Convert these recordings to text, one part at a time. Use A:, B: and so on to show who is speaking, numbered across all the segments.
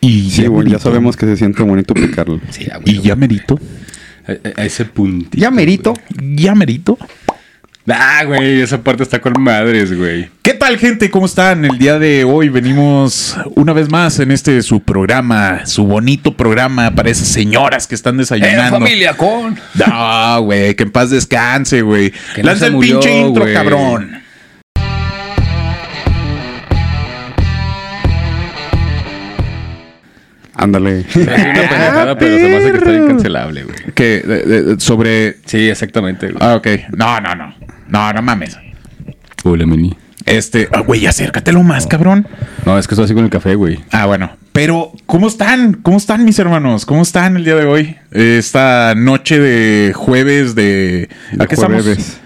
A: Y
B: Sí,
A: ya
B: güey, ya
A: merito.
B: sabemos que se siente bonito picarlo.
C: Sí, a
A: Y
C: huevo.
A: ya merito.
C: A, a ese puntito.
B: Ya merito.
A: Ya merito.
C: güey. Ah, güey, esa parte está con madres, güey.
A: ¿Qué tal, gente? ¿Cómo están? El día de hoy venimos una vez más en este su programa, su bonito programa para esas señoras que están
C: En
A: desayunando.
C: ¡Eh, familia con.
A: No, güey, que en paz descanse, güey.
C: Que no
A: Lanza
C: se
A: el
C: murió,
A: pinche intro,
C: güey.
A: cabrón.
B: Ándale.
C: Es una pendejada, pero se me hace que está bien cancelable, güey.
A: Que de- de- sobre.
C: Sí, exactamente, güey.
A: Ah, ok. No, no, no. No, no mames.
C: Hola, Meni.
A: Este, ah, güey, acércatelo más, cabrón.
C: No, es que estoy así con el café, güey.
A: Ah, bueno. Pero, ¿cómo están? ¿Cómo están mis hermanos? ¿Cómo están el día de hoy? Esta noche de jueves de... ¿A qué estamos?
B: Jueves.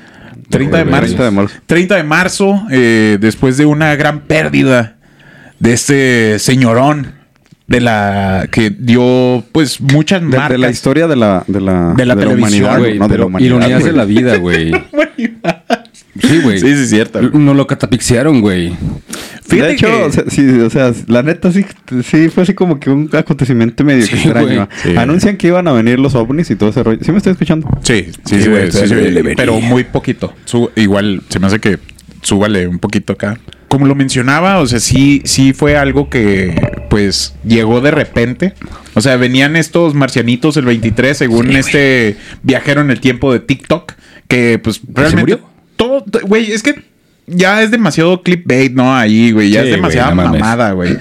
A: 30 de
B: Jueves.
A: marzo.
B: 30 de marzo.
A: 30 de marzo, eh, después de una gran pérdida de este señorón de la que dio pues muchas
B: De,
A: marcas.
B: de la historia de la, de la,
A: De la televisión,
B: humanidad,
C: Güey,
B: no de la
C: pero
B: humanidad.
C: ironías de
B: güey.
C: la vida, güey. Sí, güey.
A: Sí, sí, es cierto.
C: L- Nos lo catapixiaron, güey.
A: Fíjate
B: de hecho,
A: que-
B: o sea, sí, o sea, la neta sí, sí fue así como que un acontecimiento medio
C: Sí, güey.
B: extraño. ¿no?
A: Sí.
B: Anuncian que iban a venir los ovnis y todo ese rollo. ¿Sí me estoy escuchando?
A: Sí, sí,
C: Sí,
A: sí,
C: güey,
A: güey, sí,
C: pero
A: sí,
C: le
A: sí,
C: debería.
A: pero muy poquito. Su- igual se me hace que súbale un poquito acá. Como lo mencionaba, o sea, sí, sí fue algo que pues llegó de repente. O sea, venían estos marcianitos el 23 según este viajero en el tiempo de TikTok que pues realmente
C: murió?
A: todo, t- güey, es que ya es demasiado clickbait, ¿no? Ahí, güey, ya
C: Sí,
A: es
C: güey,
A: demasiada
C: no mames.
A: mamada, güey.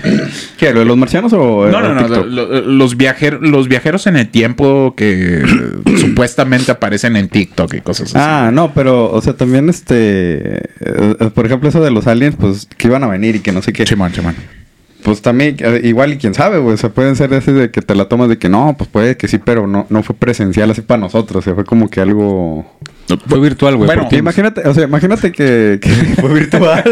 B: ¿Qué? ¿Lo de los marcianos o
A: No,
B: o
A: no, no.
B: TikTok?
A: lo- lo- los, viajer- los viajeros en el tiempo que supuestamente aparecen en TikTok y cosas así.
B: Ah, no, pero, o sea, también este. eh, eh, por ejemplo, eso de los aliens, pues que iban a venir y que no sé qué.
A: Chimón, chimón.
B: Pues también, eh, igual y quién sabe, güey. O sea, pueden ser ese de que te la tomas de que no, pues puede que sí, pero no, no fue presencial así para nosotros. O sea, fue como que algo.
C: Fue virtual, güey.
A: Bueno,
C: por
B: Que
C: Teams.
B: imagínate, o sea, imagínate que, que fue virtual.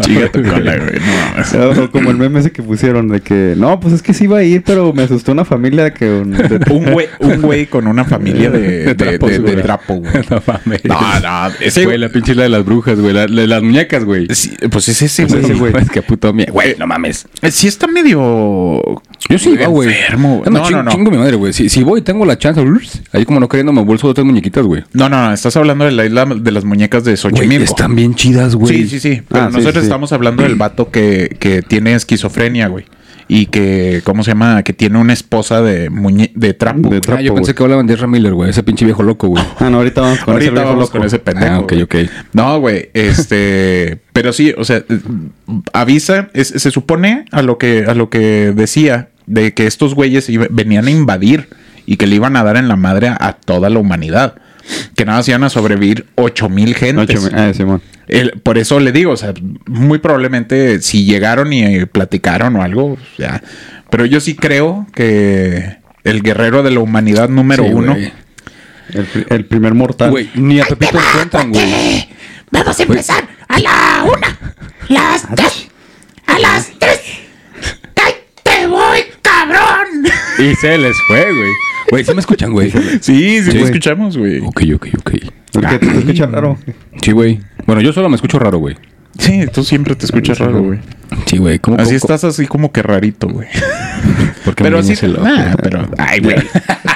A: Chiga tu cola, güey. No mames.
B: o, o como el meme ese que pusieron de que no, pues es que sí iba a ir, pero me asustó una familia que. un- de-
A: Un güey, un güey con una familia de, de,
C: De trapos,
A: de- de
C: güey.
A: trapo, güey.
C: No mames.
A: No, no, ese
C: Ese güey, la pinche la de las brujas, güey. La, la de las muñecas, güey.
A: Sí, pues es ese,
C: O sea,
A: güey. Eh,
B: ese
C: sí,
B: güey.
C: Es que puto mía. Güey, no mames.
A: Sí está medio...
C: Yo sí iba, güey.
A: Enfermo. güey.
C: No,
A: No, no, no.
C: Chingo mi madre, güey. Si, si voy, tengo la chance. urs, Ahí como no creyendo, me bolso de otras muñequitas, güey.
A: No, no, no. Estás hablando de la isla de las muñecas de
C: Güey,
A: Xochimilco.
C: están bien chidas, güey.
A: Sí, sí, sí. Pero
B: Ah, sí,
A: nosotros
B: sí.
A: estamos hablando del vato que, que tiene esquizofrenia, güey. Y que, ¿cómo se llama? Que tiene una esposa de muñe de trapo.
B: De
A: güey.
B: trapo.
C: Ah, yo pensé
B: güey.
C: que hablaban de Ezra Miller, güey. Ese pinche viejo loco, güey.
B: Ah, no, ahorita vamos con
A: Ahorita
B: ese viejo
A: vamos
B: loco.
A: con ese pendejo.
C: Ah, ok,
A: güey.
C: ok.
A: No, güey. Este. pero sí, o sea, eh, avisa. es- se supone a lo que, a lo que decía de que estos güeyes iba- venían a invadir y que le iban a dar en la madre a, a toda la humanidad. Que nada, se iban a sobrevivir 8 mil gentes.
B: Ocho, ah, Simón.
A: El- por eso le digo, o sea, muy probablemente si llegaron y eh, platicaron o algo, o sea, pero yo sí creo que el guerrero de la humanidad número
C: Sí,
A: uno.
C: güey.
B: El, pri- el primer mortal.
C: Güey, ni a Pepito encuentran, güey.
D: Vamos a empezar a la una, las dos, a las tres. ¡Ay, te voy, cabrón!
C: Y se les fue, güey. Güey, ¿sí me escuchan, güey?
A: Sí, sí,
C: Sí,
A: lo
C: güey.
A: escuchamos, güey.
C: Ok, ok, ok.
B: Porque
A: Ah,
B: te escucha raro.
C: Sí, güey. Bueno, yo solo me escucho raro, güey.
A: Sí, tú siempre te escuchas raro, güey.
C: Sí, güey. ¿Cómo
A: Así
C: cómo-
A: estás así como que rarito, güey.
C: Porque
A: Pero
C: me
A: así, Ah.
C: hice loco.
A: nah, pero, ay, güey,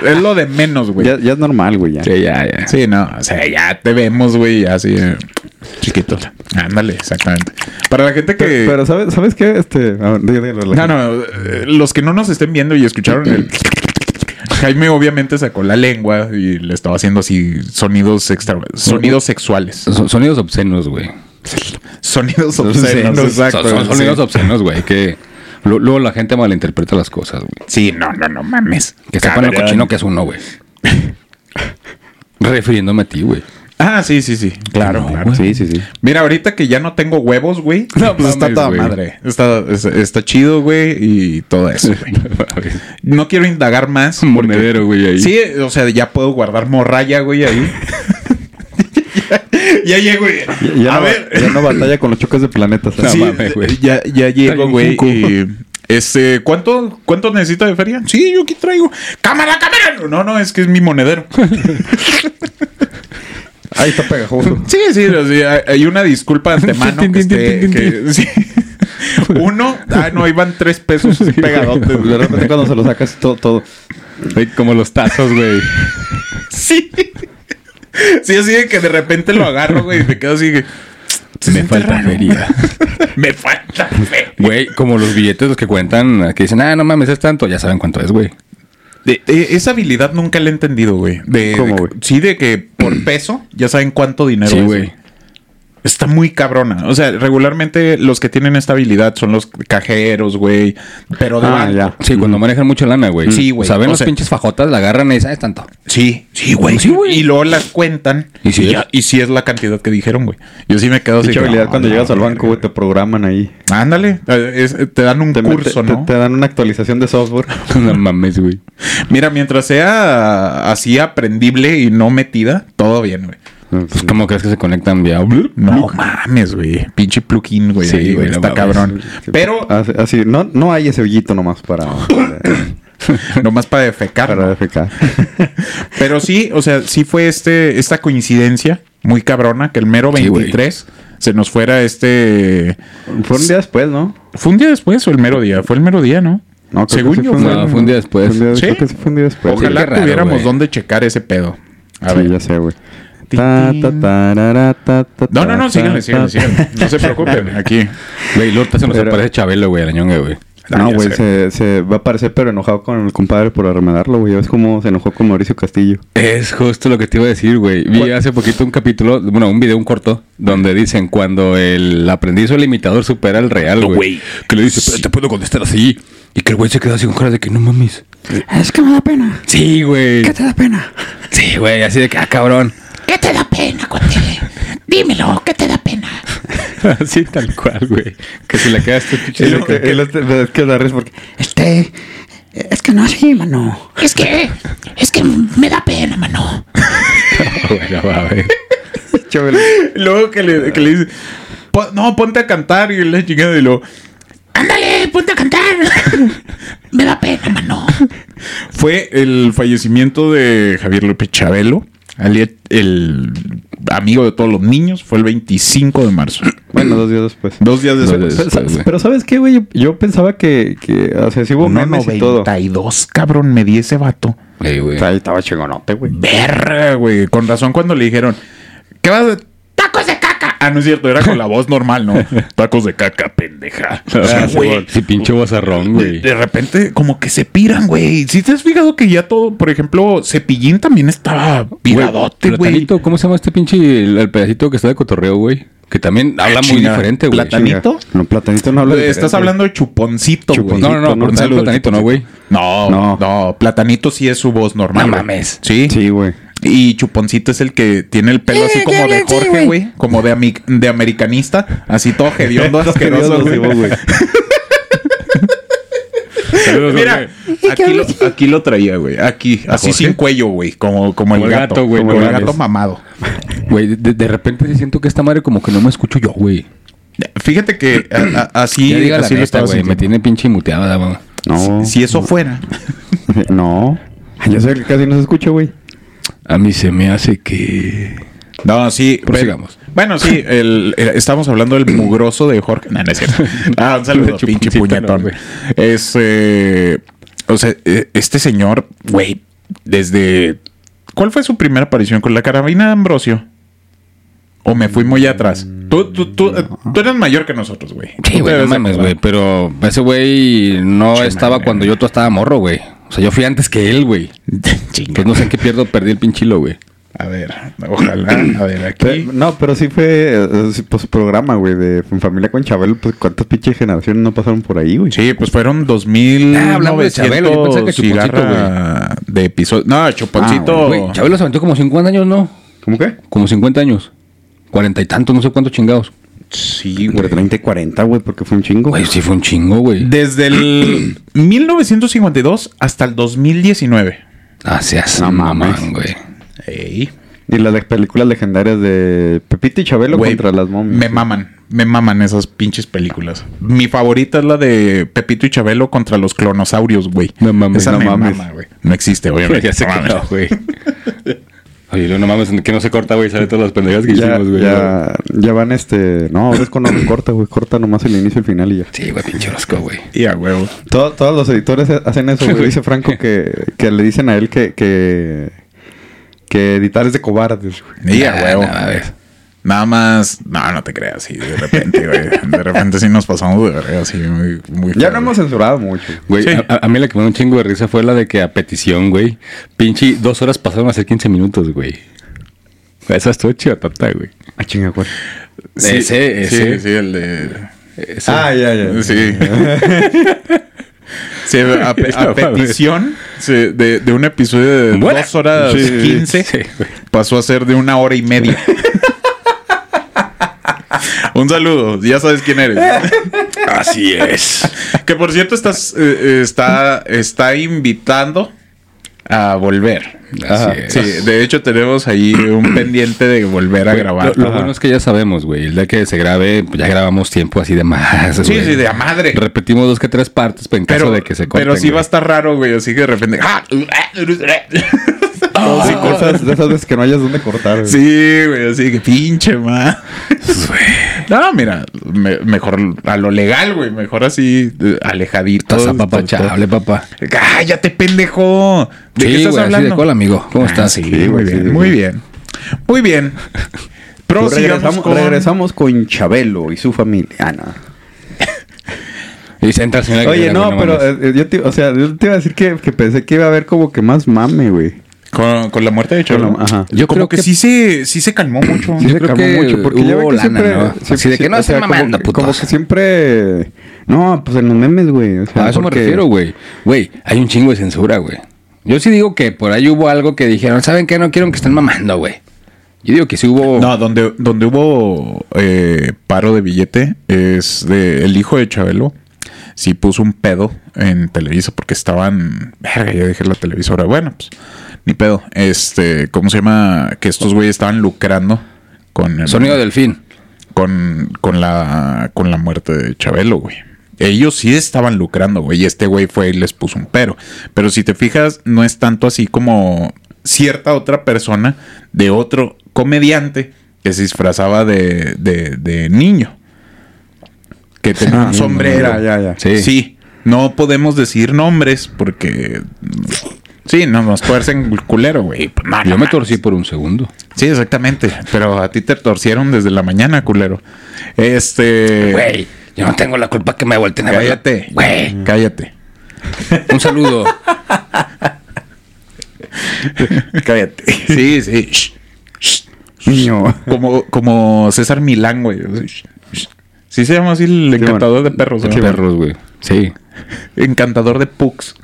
A: es lo de menos, güey.
B: Ya, ya es normal, güey. Ya.
C: Sí, ya, ya.
A: Sí, no, o sea, ya te vemos, güey, así eh, chiquito. Ándale, exactamente. Para la gente que
B: Pero, pero ¿sabes, ¿sabes qué? Este, a ver, dí- dí- dí-
A: No, no, eh, los que no nos estén viendo y escucharon el... Jaime obviamente sacó la lengua y le estaba haciendo así sonidos extra, sonidos sexuales,
C: Son- Sonidos obscenos, güey.
A: sonidos
B: Obscenos,
A: obscenos,
C: Son-
A: exacto.
C: son sonidos
A: sí.
C: obscenos, güey. Que lo- luego la gente malinterpreta las cosas, güey.
A: Sí, no, no, no mames.
C: Que sepan el
A: Cabrón.
C: cochino que es uno, güey. Refiriéndome a ti, güey.
A: Ah, sí, sí, sí. Claro,
C: No,
A: claro.
B: Sí, sí, sí.
A: Mira, ahorita que ya no tengo huevos, güey.
C: No
A: pues está
C: mames,
A: toda
C: güey.
A: madre. Está, es- está chido, güey, y todo eso, güey. No quiero indagar más.
C: Un
A: porque-
C: monedero, güey, ahí.
A: Sí, eh, o sea, ya puedo guardar morralla, güey, ahí. ya, ya llego, güey.
B: Ya, ya
A: A
B: no,
A: ver.
B: ba- ya no batalla con los choques de planetas. ¿eh?
A: Sí,
C: mames, güey.
A: ya, ya llego,
C: Traigo un
A: güey.
C: Funko.
A: y, Este, ¿cuánto, ¿cuánto necesito de feria? Sí, yo aquí traigo. ¡Cámara, cámara! No, no, es que es mi monedero.
B: Ahí está pegajoso.
A: Sí, sí, o sea, hay una disculpa de antemano. que esté- que- sí. Uno, ah, no, iban tres pesos así pegadotes.
B: De repente cuando se lo sacas todo, todo.
C: Güey, Como los tazos, güey.
A: Sí. Sí, así de que de repente lo agarro, güey, y me quedo así. de que,
C: Me falta feria.
A: Me falta fe.
C: Güey, como los billetes los que cuentan, que dicen, ah, no mames, es tanto, ya saben cuánto es, güey.
A: De- eh, esa habilidad nunca la he entendido, güey. De,
B: ¿Cómo,
A: de-
B: güey?
A: Sí, de que por peso ya saben cuánto dinero
C: Sí,
A: es.
C: güey.
A: Está muy cabrona. O sea, regularmente los que tienen esta habilidad son los cajeros, güey. Pero de
B: Ah,
A: banco.
B: ya.
C: Sí, cuando manejan mucha lana, güey.
A: Mm. Sí, güey.
C: Saben
A: O
C: las
A: sea-
C: pinches fajotas, la agarran y dicen, ah, es tanto.
A: Sí, sí, güey.
C: Sí, güey.
A: Y luego las cuentan.
C: Y sí es.
A: ya- y sí es la cantidad que dijeron, güey. Yo sí me quedo así.
B: Dicha
A: que,
B: habilidad
A: "Ah,
B: cuando
A: la
B: llegas al
A: verga".
B: banco, güey, te programan ahí.
A: Ándale. eh, es- te dan un
B: Te,
A: curso,
B: te-
A: ¿no? Ah,
B: te dan una actualización de software.
C: no mames, güey.
A: Mira, mientras sea así aprendible y no metida, todo bien, güey.
C: Pues, ¿Cómo crees que se conectan vía?
A: No mames, güey. Pinche plugin, güey.
C: Sí,
A: ahí,
C: güey, no
A: Está
C: mames.
A: cabrón. Pero
B: Así, así, no, no hay ese hoyito nomás para,
A: nomás para defecar.
B: para defecar.
A: Pero sí, o sea, sí fue este, esta coincidencia muy cabrona que el mero
C: Sí, güey.
A: 23 se nos fuera este.
B: Fue un día después, ¿no?
A: ¿Fue un día después o el mero día? Fue el mero día, ¿no?
B: No, creo que
A: Según
B: sí
A: yo,
B: fue un
A: fue-
B: día-
C: No, fue un día después.
B: fue un día-
A: ¿Sí?
B: Creo que sí fue un día después.
A: Ojalá
C: qué raro,
A: tuviéramos
C: güey.
A: dónde checar ese pedo. A
B: sí,
A: ver.
B: ya sé, güey.
A: Tin,
B: Ta,
A: tin.
B: ta, tarara, ta, ta,
A: No, no, no,
B: ta,
A: síganle,
B: ta,
A: síganle,
B: ta.
A: síganle. No se preocupen, aquí.
C: Güey, Lorta se nos
B: Pero-
C: aparece Chabelo, güey, a la ñonga, güey.
A: Ah,
B: No,
A: ya
B: güey,
A: sé.
B: se, se va a parecer pero enojado con el compadre por arremedarlo, güey. Ya ves cómo se enojó con Mauricio Castillo.
C: Es justo lo que te iba a decir, güey. Vi
B: ¿Cuál?
C: hace poquito un capítulo, bueno, un video, un corto, donde dicen cuando el aprendiz o el imitador supera al real, güey. Que le dice, pero te puedo contestar así. Y que el güey se queda así con cara de que no mames.
D: Es que me da pena.
C: Sí, güey.
D: ¿Qué te da pena?
C: Sí, güey, así de que, ah, cabrón.
D: ¿Qué te da pena, cuate? Dímelo, ¿qué te da pena?
C: así tal cual, güey. Que si la quedas tú, pinche.
B: Y lo que- y lo que- es que la res porque...
D: Este. Es que no así, mano. Es que. Es que me da pena, mano.
C: "Ah, Bueno, va, güey.
B: Chabelo.
A: Luego que le, que le dice, "Po- no, ponte a cantar y la chingada y luego,
D: Ándale, ponte a cantar. Me da pena, mano.
A: Fue el fallecimiento de Javier López Chabelo, ali- el amigo de todos los niños, fue el 25 de marzo.
B: Bueno, dos días después.
A: Dos días
C: Dos
A: después.
C: días
B: Pero,
C: después, güey.
B: pero ¿sabes qué, güey? Yo, yo pensaba que, que... O sea, sí hubo
A: No,
B: memes y todo.
A: 92, cabrón, me di ese vato.
C: Ey, güey.
B: Ahí estaba chingonote, güey.
A: Verga, güey. Con razón cuando le dijeron, ¿qué vas a... Tacos de caca. Ah, no es cierto, era con la voz normal, ¿no? Tacos de caca, pendeja. O sea, Ah, güey,
C: Sí, pinche bozarrón,
A: De,
C: güey.
A: de repente, como que se piran, güey. Si te has fijado que ya todo, por ejemplo, Cepillín también estaba piradote, güey.
C: Platanito, ¿cómo se llama este pinche el, el pedacito que está de cotorreo, güey? Que también habla muy
A: chinga.
C: diferente, güey.
A: Platanito. ¿Platanito?
B: No, platanito no habla de...
A: Estás hablando de Chuponcito, güey.
B: Chuponcito,
C: No, no, no,
B: ¿no?
C: pero no es
A: Saludos,
C: platanito, no, güey.
A: No, no,
B: No.
A: Platanito sí es su voz normal.
C: No
A: güey.
C: mames.
A: Sí.
B: Sí, güey.
A: Y Chuponcito es el que tiene el pelo así como de Jorge, güey. Como de, ami- de americanista. Así todo hediondo, asqueroso,
B: Dios
A: güey.
B: lo llevó, güey.
C: Saludos,
A: Mira,
C: güey.
A: aquí lo, aquí lo traía, güey. Aquí, así
C: Jorge?
A: sin cuello, güey. Como, como el
C: Como el
A: gato,
C: gato, güey,
A: Como
C: no
A: el
C: mames.
A: gato mamado.
C: Güey, de, de repente sí siento que esta madre como que no me escucho yo, güey.
A: Fíjate que a- a- así,
C: Ya diga la
A: así lo
C: neta,
A: estaba
C: güey. Me
A: sintiendo.
C: tiene pinche muteada, mamá.
B: No.
A: Si eso fuera.
B: No. Yo sé que casi no se escucha, güey.
C: A mí se me hace que...
A: No, sí.
C: Prosigamos.
A: pero- Bueno, sí, el, el- estamos hablando del mugroso de Jorge. No, no es cierto. Ah, un saludo,
C: Chuponcito,
A: pinche puñetón.
C: no, güey.
A: es, eh, o sea, eh, este señor, güey, desde... ¿Cuál fue su primera aparición? ¿Con la carabina de Ambrosio? ¿O me fui muy atrás? Tú, tú, tú, eh, tú eras mayor que nosotros, güey. Tú
C: Sí,
A: te
C: güey, no
A: debes
C: mames,
A: acordar.
C: güey. Pero ese güey no estaba cuando yo tú estaba morro, güey. O sea, yo fui antes que él, güey.
A: Chinga.
C: Entonces no sé en qué pierdo perdí el pinchilo, güey.
A: A ver, ojalá. A ver,
B: Pe-
A: aquí...
B: No, pero sí fue eh, sí, pues programa, güey, de En Familia con Chabelo, pues cuántas pinches generaciones no pasaron por ahí, güey.
A: Sí, pues fueron 2000
C: Ah, hablando de Chabelo, yo pensaba que Chuponcito,
A: de episodio. No, Chuponcito.
C: Güey, Chabelo se aventó como 50 años, ¿no?
B: ¿Cómo qué?
C: Como 50 años. Cuarenta y tantos, no sé cuántos chingados.
A: sí,
B: Entre
A: güey.
B: 30 y 40, güey, porque fue un chingo.
C: Güey, sí fue un chingo, güey.
A: Desde el 1952 hasta el 2019.
C: Ah, seas
B: No
C: mamán,
B: mames.
C: güey.
A: Ey.
B: Y las de- películas legendarias de Pepito y Chabelo
A: Güey,
B: contra las momias.
A: Me maman, me maman esas pinches películas. Mi favorita es la de Pepito y Chabelo contra los clonosaurios, güey.
C: No mames,
A: Esa
C: no
A: me
C: mames.
A: mama, güey. No existe, obviamente.
C: Ya sé
A: No
C: que
A: mames.
C: no, güey. Oye, no mames, que no se corta, güey. Sale todas las pendejas que
B: Ya,
C: hicimos, güey.
B: ya, ya van este. No, ahora es con corta, güey. Corta nomás el inicio y el final y ya.
C: Sí, güey, pinche asco, güey.
A: Y a huevo.
B: Todo- todos los editores hacen eso, güey. Dice Franco que, que le dicen a él que, que, que editar es de cobardes, güey.
A: Y a
C: Nah,
A: huevo.
C: nah, a ver.
A: Nada más, no, no te creas, sí, de repente, güey. De repente sí nos pasamos de verga, así, muy, muy feo,
B: Ya no
A: güey.
B: hemos censurado mucho.
C: Güey,
A: Sí.
C: a, a mí la que me da un chingo de risa fue la de que a petición, güey. Pinche dos horas pasaron a ser 15 minutos, güey. Esa estuvo chivatata, güey.
B: Ah, chinga, güey.
A: Sí,
C: Ese, ese.
A: Sí, sí, el de.
C: Esa-
B: Ah, ya, ya.
A: Sí. Sí, a, pe- a
C: No mames.
A: petición sí, de, de un episodio de
C: Buena.
A: dos horas
C: Sí, sí, sí.
A: 15
C: Sí, güey.
A: pasó a ser de una hora y media. Un saludo, ya sabes quién eres.
C: Así es.
A: Que por cierto estás eh, eh, está está invitando a volver. Ah,
C: Ajá.
A: Sí, de hecho tenemos ahí un pendiente de volver a
C: Güey,
A: grabar.
C: Lo, lo
A: Ajá.
C: bueno es que ya sabemos, güey. El día que se grabe, pues, ya grabamos tiempo así de más.
A: Sí,
C: güey.
A: sí, de a madre.
C: Repetimos dos que tres partes, pero en caso de que se corten.
A: pero sí
C: güey.
A: va a estar raro, güey. Así que de repente. ¡ah!
C: Ah.
B: No, sí, cosas de esas veces que no hayas dónde cortar. güey. Pues
A: Sí, güey, así que pinche ma. No, mira, me- mejor a lo legal, güey. Mejor así, eh, alejadito.
C: Estás apapachable, papá.
A: Cállate, pendejo. ¿De qué
C: Sí,
A: estás
C: güey, así
A: hablando?
C: de cola, amigo. ¿Cómo
A: Ah,
C: estás?
A: sí,
B: Sí,
A: muy
B: güey,
A: bien,
B: sí,
A: muy
B: sí.
A: bien. Muy bien.
B: Pues
A: Prosigamos
B: regresamos,
A: con-
B: regresamos con Chabelo y su familia. Ah, no.
C: Y se entra al señor
B: Oye,
C: Aguilera,
B: no,
C: güey,
B: pero
C: mames.
B: eh, yo, te, o sea, yo te iba a decir que, que pensé que iba a haber como que más mame, güey.
A: Con, con la muerte de Cholo.
B: Con la- ajá.
A: Yo
C: Yo
A: como
C: creo
A: que,
C: que-
A: sí se sí se calmó mucho.
B: Sí,
C: Yo
B: se
C: creo
B: calmó
C: que
B: mucho, porque ya ve
C: hubo
B: que
C: lana,
B: siempre,
C: ¿no?
B: siempre-
C: Así de que no
B: o
C: estén
B: sea, como
C: mamando,
B: que-
C: putos.
B: Como que siempre. No, pues en los memes, güey. o sea,
C: A eso
B: porque-
C: me refiero, güey. Güey, hay un chingo de censura, güey. Yo sí digo que por ahí hubo algo que dijeron, ¿saben qué? No quieren que estén mamando, güey. Yo digo que sí hubo...
A: No, donde, donde hubo eh, paro de billete es de el hijo de Chabelo. Sí puso un pedo en Televisa porque estaban... Verga, ya dejé la televisora. Bueno, pues ni pedo. Este, ¿cómo se llama? Que estos güeyes estaban lucrando con... el-
C: Sonido del fin.
A: Con, con, la, con la muerte de Chabelo, güey. Ellos sí estaban lucrando, güey. Y este güey fue y les puso un pero. Pero si te fijas, no es tanto así como cierta otra persona de otro comediante que se disfrazaba de, de, de niño. Que tenía un sombrero.
B: Ya, ya, ya.
A: Sí. No podemos decir nombres porque... Sí, no, nos tuercen el culero, güey. pues, No,
C: Yo
A: no
C: me
A: mames.
C: torcí por un segundo.
A: Sí, exactamente. Pero a ti te torcieron desde la mañana, culero. Este.
C: Güey, yo no tengo la culpa que me volteen a ver.
A: Cállate.
C: Güey,
A: Cállate.
C: un saludo.
A: Cállate. Sí, sí. Shh, shh.
B: Niño.
A: Como, como César Milán, güey. Shh, shh. Sí se llama así el encantador
B: bueno.
A: de perros. ¿no?
B: Sí, bueno.
C: Perros, güey. Sí.
A: Encantador de pugs.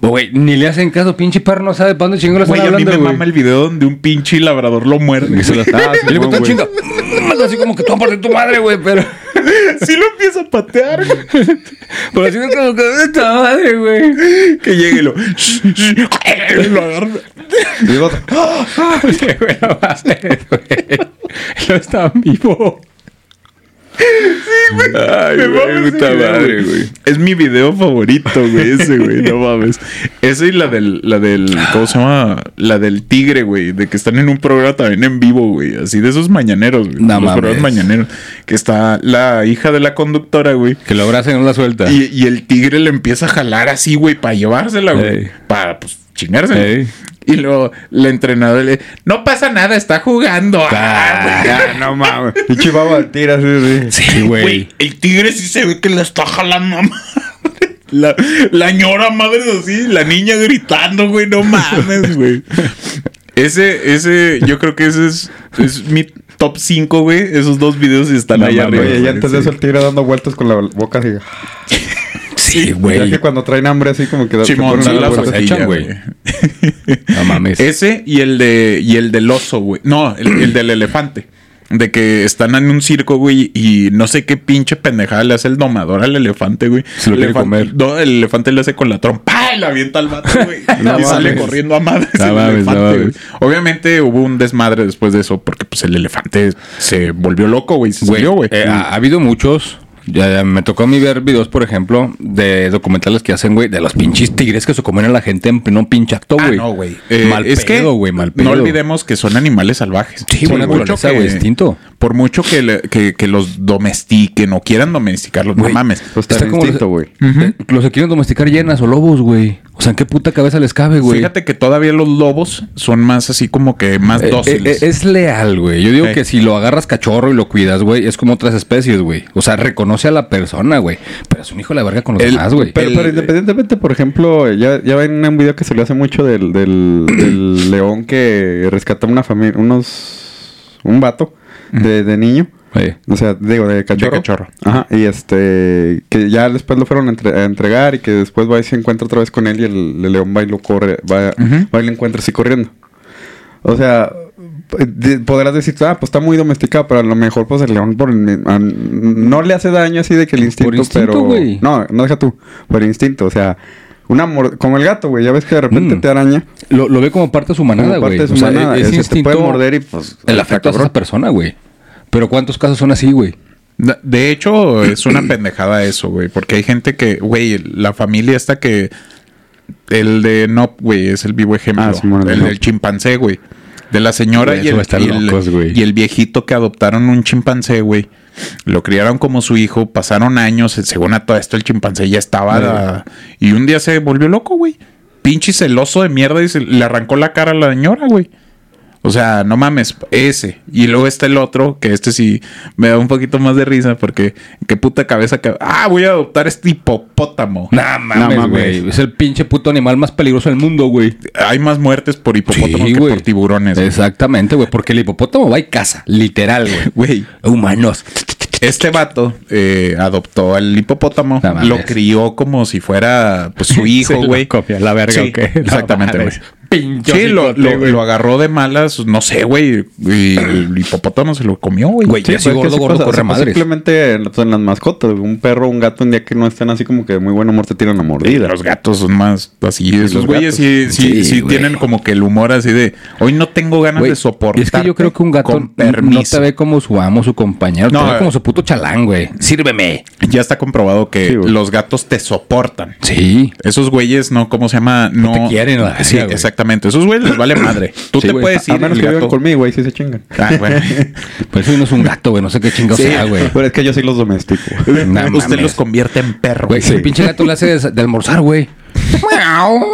C: Pero, Güey, ni le hacen caso, pinche perro no sabe para dónde chingón lo están
A: Güey, a mí
C: hablando,
A: me
C: güey.
A: mama el video donde un pinche labrador lo muerde.
C: Que se lo-
B: Ah, sí,
C: Y le metió
B: güey.
C: chinga. Así como que tú aparte de tu madre, güey, pero...
A: sí lo empieza a patear.
C: Pero así como que... "Ah, tu madre, güey!
A: que llegue y lo. shh, shh, lo agarra.
B: Y luego otro, ¡ah!
C: Sí, güey, no mames, güey. No está vivo.
A: Ay,
C: Me
A: güey,
C: mames ese
A: puta
C: video,
A: madre,
C: güey.
A: güey. Es mi video favorito, güey, ese, güey, no mames. Ese y la del, la del, ¿cómo se llama? La del tigre, güey, de que están en un programa también en vivo, güey, así de esos mañaneros, güey.
C: No
A: los
C: mames.
A: programas mañaneros. Que está la hija de la conductora, güey.
C: Que lo abraza y no la suelta.
A: Y, y el tigre le empieza a jalar así, güey, para llevársela, güey.
C: Ey.
A: Para, pues, chingársela.
C: Ey.
A: Y luego la entrenadora le no pasa nada, está jugando. Ah, güey.
B: Ya, no mames. Y chivaba tira, sí, sí.
C: Sí,
A: Güey, el tigre sí se ve que la está jalando a madre. La, la ñora madre así, la niña gritando, güey, no mames, güey. Ese, ese, yo creo que ese es, es mi top 5, güey. Esos dos videos están
C: No
A: allá
C: mames,
A: arriba.
B: Oye, y
A: güey,
B: antes
A: sí.
B: de eso el tigre dando vueltas con la boca así.
C: Sí,
B: Ya
C: güey.
B: que cuando traen hambre así como que... se
A: Chimón,
B: ponen
A: sí,
B: a dar
A: la
B: vueltas. Pues
C: se
A: echan,
C: echan,
A: güey.
C: güey. No mames.
A: Ese y el de y el del oso, güey. No, el, el del elefante. De que están en un circo, güey, y no sé qué pinche pendejada le hace el domador al elefante, güey.
C: Se lo quiere
A: Elefan-
C: comer.
A: No, el elefante le hace con la trompa y le avienta al vato, güey.
B: No
A: y sale
B: mames.
A: corriendo a madres
C: No
A: el
C: mames,
A: elefante,
C: no
A: güey.
C: mames.
A: Obviamente hubo un desmadre después de eso, porque pues el elefante se volvió loco, güey. Se
C: Güey,
A: salió, güey.
C: eh, ha, ha habido muchos Ya, ya me tocó a mí ver videos, por ejemplo, de documentales que hacen, güey, de los pinches tigres que se comen a la gente en pleno pinche acto,
A: Ah,
C: güey.
A: no, güey. Eh,
C: mal
A: es
C: pedo,
A: que
C: güey, mal pedo.
A: no olvidemos que son animales salvajes.
C: Sí, güey,
A: por mucho
C: naturaleza,
A: que,
C: güey, instinto.
A: Por mucho que, le- que, que los domestiquen o quieran domesticarlos,
C: Güey.
A: no mames.
B: Pues está
C: Está
B: el
C: como los-
B: instinto, güey.
C: Eh, Los que quieren domesticar llenas o lobos, güey. O sea, ¿en qué puta cabeza les cabe, güey?
A: Fíjate que todavía los lobos son más así como que más
C: Eh,
A: dóciles.
C: eh, es leal, güey. Yo digo
A: Ey.
C: que si lo agarras cachorro y lo cuidas, güey, es como otras especies, güey. O sea, reconoce a la persona, güey. Pero es un hijo de la verga con los
A: El-
C: demás, güey.
B: Pero,
A: El-
B: pero independientemente, por ejemplo, ya, ya ven un video que salió hace mucho del, del, del león que rescató una familia, unos, un vato de, de niño.
C: Ey.
B: O sea, digo, de cachorro.
A: cachorro.
B: Ajá, y este, que ya después lo fueron a, entre- a entregar y que después va y se encuentra otra vez con él y el, el león va y lo corre, va, va y lo encuentra así corriendo. O sea, de- podrás decir, ah, pues está muy domesticado, pero a lo mejor pues el león por el mi- a- no le hace daño así de que el instinto,
C: instinto,
B: pero...
C: güey.
B: No, no deja tú, por instinto, o sea, una mor- como el gato, güey, ya ves que de repente
C: Mm.
B: te araña.
C: Lo, lo ve como parte de su manada,
B: Como parte de
C: güey.
B: su
C: O sea,
B: manada.
C: es
B: Ese te
C: instinto.
B: puede morder y, pues,
C: El
B: está
C: afecto a
B: cabrón.
C: esa persona, güey. Pero ¿cuántos casos son así, güey?
A: Da- De hecho, es una pendejada eso, güey. Porque hay gente que, güey, la familia esta que. El de Nop, güey, es el vivo ejemplo.
B: Ah, Simón, el de
A: el
B: Nop.
A: del chimpancé, güey. De la señora
C: Güey,
A: y,
C: eso va a
A: el,
C: estar
A: y el-
C: locos, güey.
A: y el viejito que adoptaron un chimpancé, güey. Lo criaron como su hijo, pasaron años, según a todo esto el chimpancé ya estaba... y un día se volvió loco, güey. Pinche celoso de mierda y se le arrancó la cara a la señora, güey. O sea, no mames, ese. Y luego está el otro, que este sí me da un poquito más de risa porque qué puta cabeza que... Ah, voy a adoptar este hipopótamo.
C: Nah, mames,
B: mames.
C: güey. Es el pinche puto animal más peligroso del mundo, güey.
A: Hay más muertes por hipopótamo
C: Sí,
A: que
C: güey.
A: por tiburones. güey.
C: Exactamente, güey. Porque el hipopótamo va y caza, literal, güey.
A: Güey,
C: Humanos.
A: Este vato eh, adoptó al hipopótamo,
C: No mames.
A: lo crió como si fuera pues, su hijo, güey.
C: La verga,
A: Sí, exactamente, güey. Sí, lo, lo- lo agarró de malas, no sé, güey. Y el hipopótamo se lo comió,
C: Güey,
A: güey.
C: ya sí,
B: pues,
C: gordo,
B: que sí
C: gordo,
B: pasa,
C: corre
B: o sea, pues,
C: madres.
B: Simplemente en las- en las mascotas, güey, un perro, un gato, un día que no estén así como que de muy buen humor te tiran a mordida.
A: Los gatos son más así. Esos
B: los
A: güeyes
B: gatos.
A: sí, sí,
C: Sí,
A: sí
C: güey.
A: tienen como que el humor así de hoy no tengo ganas
C: Güey,
A: de soportar.
C: y Es que yo creo que un gato
A: con
C: no te
A: permiso.
C: ve como su amo, su compañero.
A: No,
C: te ve
A: eh.
C: como su puto chalán, güey. Sírveme.
A: Ya está comprobado que
B: Sí, güey.
A: los gatos te soportan.
C: Sí.
A: Esos güeyes no, ¿cómo se llama? No,
C: te quieren, la
A: Sí,
C: verga, güey.
A: exactamente. Esos güeyes les vale madre. Tú
C: Sí,
A: te
C: güey.
A: puedes ir.
B: a menos
A: el
B: que vivan
A: gato-
B: conmigo, güey, sí se chingan.
A: Ah, bueno.
C: Por eso no es un gato, güey. No sé qué chingados sea, Ah, güey.
B: Pero es que yo sí los domestico.
C: No
A: Usted
C: mames.
A: los convierte en perro.
C: Güey, el pinche gato le hace des- de, almorzar, güey. Miau.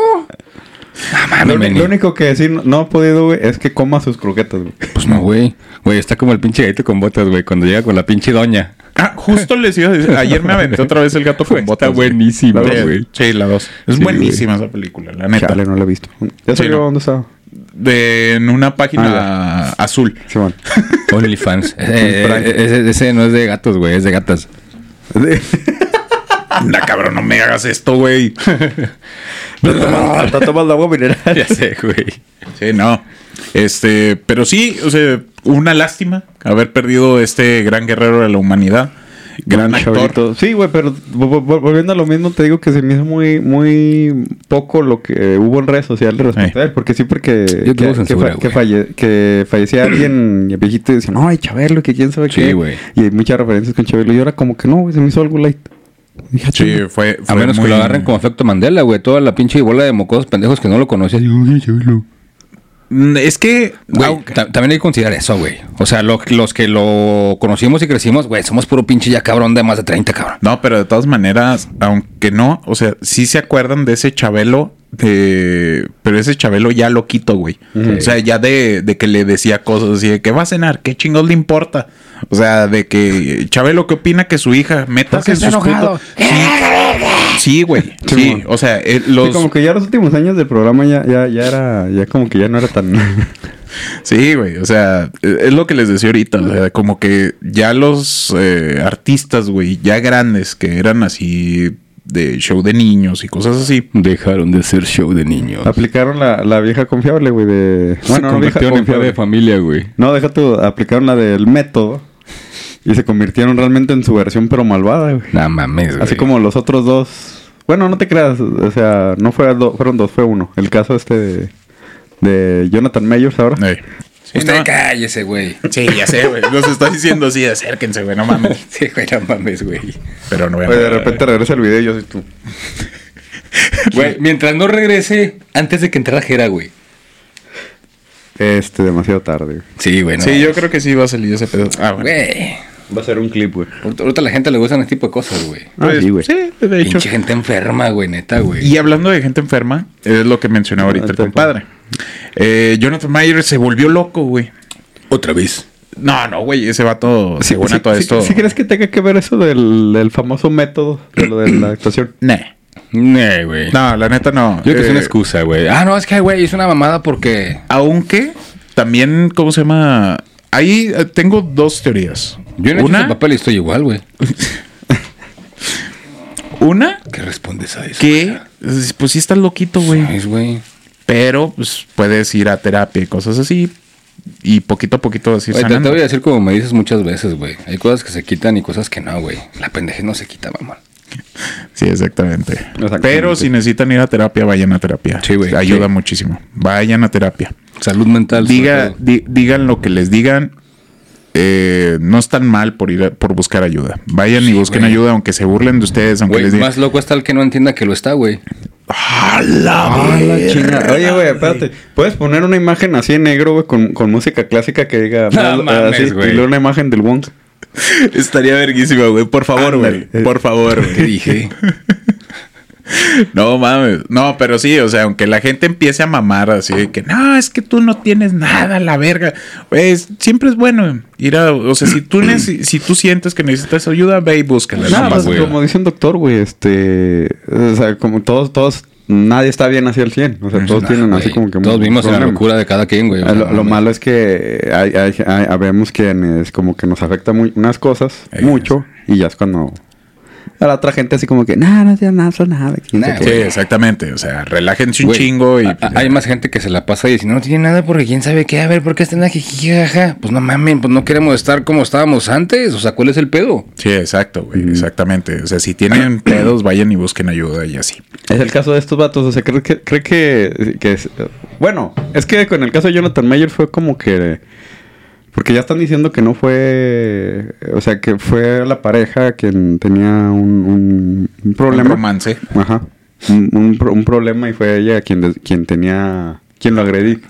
C: Ah,
B: Lo,
C: mames,
B: uni-
C: Benny.
B: lo único que decir no, no he podido, güey, es que coma sus croquetas, güey.
C: Pues no, güey. Güey, está como el pinche gato con botas, güey. Cuando llega con la pinche doña.
A: Ah, justo les iba a decir. Ayer me aventé otra vez el gato con botas.
C: Está
A: güey.
C: buenísimo,
A: La dos,
C: güey.
A: Sí, la dos. Es
C: Sí,
A: buenísima esa película, la neta.
B: Chale, no lo he visto. ¿Ya
A: Sí,
B: salió
A: no.
B: dónde estaba?
A: De, en una página
C: Ah,
A: azul.
B: Simón.
C: OnlyFans. Eh, eh, ese, ese no es de gatos, güey. Es de gatas.
A: Anda, cabrón, no me hagas esto, güey.
B: Está tomando agua mineral.
C: ya sé, güey.
A: Sí, no. Este, pero sí, o sea, una lástima haber perdido este gran guerrero de la humanidad. Gran
B: Un
A: actor.
B: chavalito. Sí, güey, pero vo- vo- vo- volviendo a lo mismo, te digo que se me hizo muy, muy poco lo que eh, hubo en redes sociales respecto
A: Ey.
B: a él, porque siempre que, que,
C: Yo tuve
B: que,
C: censura,
B: fa- que
C: güey.
B: falle- que fallecía alguien viejito y decían, no, ay, Chabelo, que quién sabe
C: Sí,
B: qué.
C: güey.
B: Y hay muchas referencias con Chabelo, y ahora como que no, güey, se me hizo algo light. Dije, "Ah,
A: Sí,
B: chinga".
A: fue,
C: A
A: fue
C: menos que
A: muy-
C: lo agarren como efecto Mandela, güey. Toda la pinche bola de mocosos pendejos que no lo conocían. Uy, chabelo.
A: Mm, Es que.
C: Güey,
A: aunque-
C: ta- también hay que considerar eso, güey. O sea, lo- los que lo conocimos y crecimos, güey, somos puro pinche ya cabrón de más de 30, cabrón.
A: No, pero de todas maneras, aunque no, o sea, sí se acuerdan de ese Chabelo, de... pero ese Chabelo ya lo quito, güey. O sea, ya de, de que le decía cosas así de que va a cenar, qué chingos le importa. O sea, de que Chabelo, ¿qué opina que su hija metas en sus putos? Sí, güey. Sí,
B: Simón.
A: o sea, eh,
B: Sí,
A: los...
B: como que ya los últimos años del programa ya, ya, ya era, ya como que ya no era tan...
A: Sí, güey, o sea, eh, es lo que les decía ahorita, o sea, como que ya los eh, artistas, güey, ya grandes, que eran así de show de niños y cosas así,
C: Dejaron de ser show de niños.
B: aplicaron la, la vieja confiable, güey, de... Ah, no vieja confiable.
C: familia, güey.
B: No, deja tú, aplicaron la del método y se convirtieron realmente en su versión, pero malvada, güey.
C: No mames, güey.
B: Así como los otros dos. Bueno, no te creas, o sea, no fueron dos, fueron dos, fue uno. El caso este de, de Jonathan Mayors ahora.
A: Eh, Usted-
C: no, cállese, güey.
A: Sí, ya sé, güey. Los estoy diciendo así, acérquense, güey, no mames.
C: Sí, güey, no mames, güey.
A: Pero no vean.
B: Oye, de repente regresa el video y yo soy tú.
C: Güey, mientras no regrese antes de que entrara Jera, güey.
B: Este, demasiado tarde. güey.
C: Sí, güey. no
A: Sí, yo
C: mames.
A: creo que sí va a salir ese pedo. Ah, bueno.
C: Güey.
B: Va a ser un clip, güey.
C: Ahorita ahorita a la gente le gustan este tipo de cosas, güey.
B: Ah, sí, güey.
A: pues, Sí, de hecho.
C: Pinche gente enferma, güey, neta, güey.
A: Y hablando de gente enferma, es lo que mencionaba ahorita el
B: Ahorita,
A: compadre. Eh, Jonathan Mayer se volvió loco, güey.
C: Otra vez.
A: No, no, güey, ese vato, según a todo
B: sí,
A: esto.
B: sí, ¿sí crees que tenga que ver eso del, del famoso método de lo de la actuación?
A: Nah.
C: No, güey.
A: No, la neta no.
C: Yo creo que es una
A: Eh,
C: excusa, güey. Ah, no, es que, güey, es una mamada porque.
A: Aunque también, ¿cómo se llama? Ahí eh, tengo dos teorías.
C: Yo no he hecho ese
A: una,
C: papel y estoy igual, güey.
A: una
C: ¿Qué respondes a eso?
A: que, eh, pues sí estás loquito, güey.
C: Es, güey.
A: Pero, pues, puedes ir a terapia y cosas así. Y poquito a poquito así
C: Oye, Te, te
A: sanando.
C: voy a decir como me dices muchas veces, güey. Hay cosas que se quitan y cosas que no, güey. La pendejez no se quita, mamón.
A: Sí, exactamente.
B: Exactamente.
A: Pero si necesitan ir a terapia, vayan a terapia.
C: Sí, güey.
A: Ayuda
C: Sí.
A: muchísimo. Vayan a terapia.
C: Salud mental. sobre
A: Diga,
C: todo.
A: di- digan lo que les digan. Eh, no están mal por ir a- por buscar ayuda. Vayan y
C: Sí,
A: busquen
C: güey.
A: ayuda, aunque se burlen de ustedes, aunque
C: Güey,
A: les digan.
C: más loco está el que no entienda que lo está, güey.
B: Ah, la chingada. Oye, güey, espérate. ¿Puedes poner una imagen así en negro, güey, con, con música clásica que diga...
C: No
B: ah,
C: mames,
B: así,
C: güey.
B: Y luego una imagen del Wong.
A: Estaría verguísima, güey. Por favor, güey. Por favor,
C: ¿Qué
A: güey.
C: dije?
A: No mames. No, pero sí, o sea, aunque la gente empiece a mamar así de que no, es que tú no tienes nada, la verga. Güey, es- siempre es bueno ir a. O sea, si tú, neces- si tú sientes que necesitas ayuda, ve y búscala.
B: Nada
A: Sí,
B: más,
A: güey.
B: pues, como dice un doctor, güey, este... O sea, como todos, todos... Nadie está bien así al 100. O sea, todos
C: Nah,
B: tienen así
C: güey.
B: como que...
C: Todos
B: un
C: vimos la
B: problema.
C: locura de cada quien, güey. O sea,
B: Ah, Lo,
C: no
B: lo
C: mames.
B: malo es que hay, hay, hay- habemos quienes como que nos afecta muy, unas cosas
A: Ahí
B: mucho y ya es cuando a la otra gente así como que nada, no sea nada, no sea nada. que no sé
C: Nah,
B: qué".
A: Sí, exactamente. O sea, relájense un
C: Güey,
A: chingo y. pues
C: a-
B: pues
C: a- hay más gente que se la pasa y si no tiene nada porque quién sabe qué, a ver, ¿por qué están aquí? Jaja? Pues no mamen, pues no queremos estar como estábamos antes. O sea, ¿cuál es el pedo?
A: Sí, exacto,
C: Mm.
A: güey. Exactamente. O sea, si tienen pedos, vayan y busquen ayuda y así.
B: Es el caso de estos vatos, o sea, creo que, cree que, que es- bueno, es que con el caso de Jonathan Mayer fue como que porque ya están diciendo que no fue, o sea, que fue la pareja quien tenía un, un- un problema.
A: Un romance.
B: Ajá. Un, un pro- un problema y fue ella quien, des- quien tenía, quien lo agredí.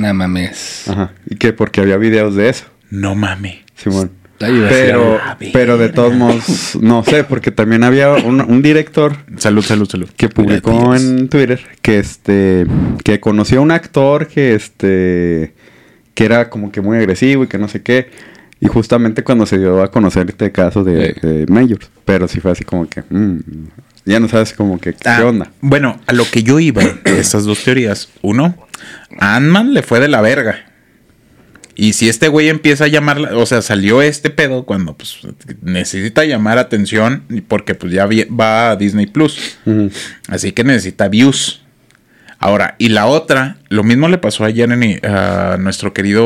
C: No mames.
A: Ah.
B: Ajá. Y que porque había videos de eso,
A: No mame.
B: Simón.
C: Está ahí,
B: Pero,
C: vacía.
B: pero de todos modos, no sé, porque también había un, un director
A: Salud, salud, salud.
B: que publicó
C: Gratis.
B: en Twitter que este que conoció a un actor que este que era como que muy agresivo y que no sé qué. Y justamente cuando se dio a conocer este caso de,
C: Sí.
B: de Mayors. Pero sí fue así como que... mm, ya no sabes como que...
A: Ah,
B: ¿Qué onda?
A: Bueno, a lo que yo iba, de estas dos teorías. Uno, a Ant-Man le fue de la verga. Y si este güey empieza a llamarla, o sea, salió este pedo cuando pues necesita llamar atención porque pues ya vi- va a Disney Plus.
B: Ujú.
A: Así que necesita views. Ahora, y la otra, lo mismo le pasó a Jeremy, a nuestro querido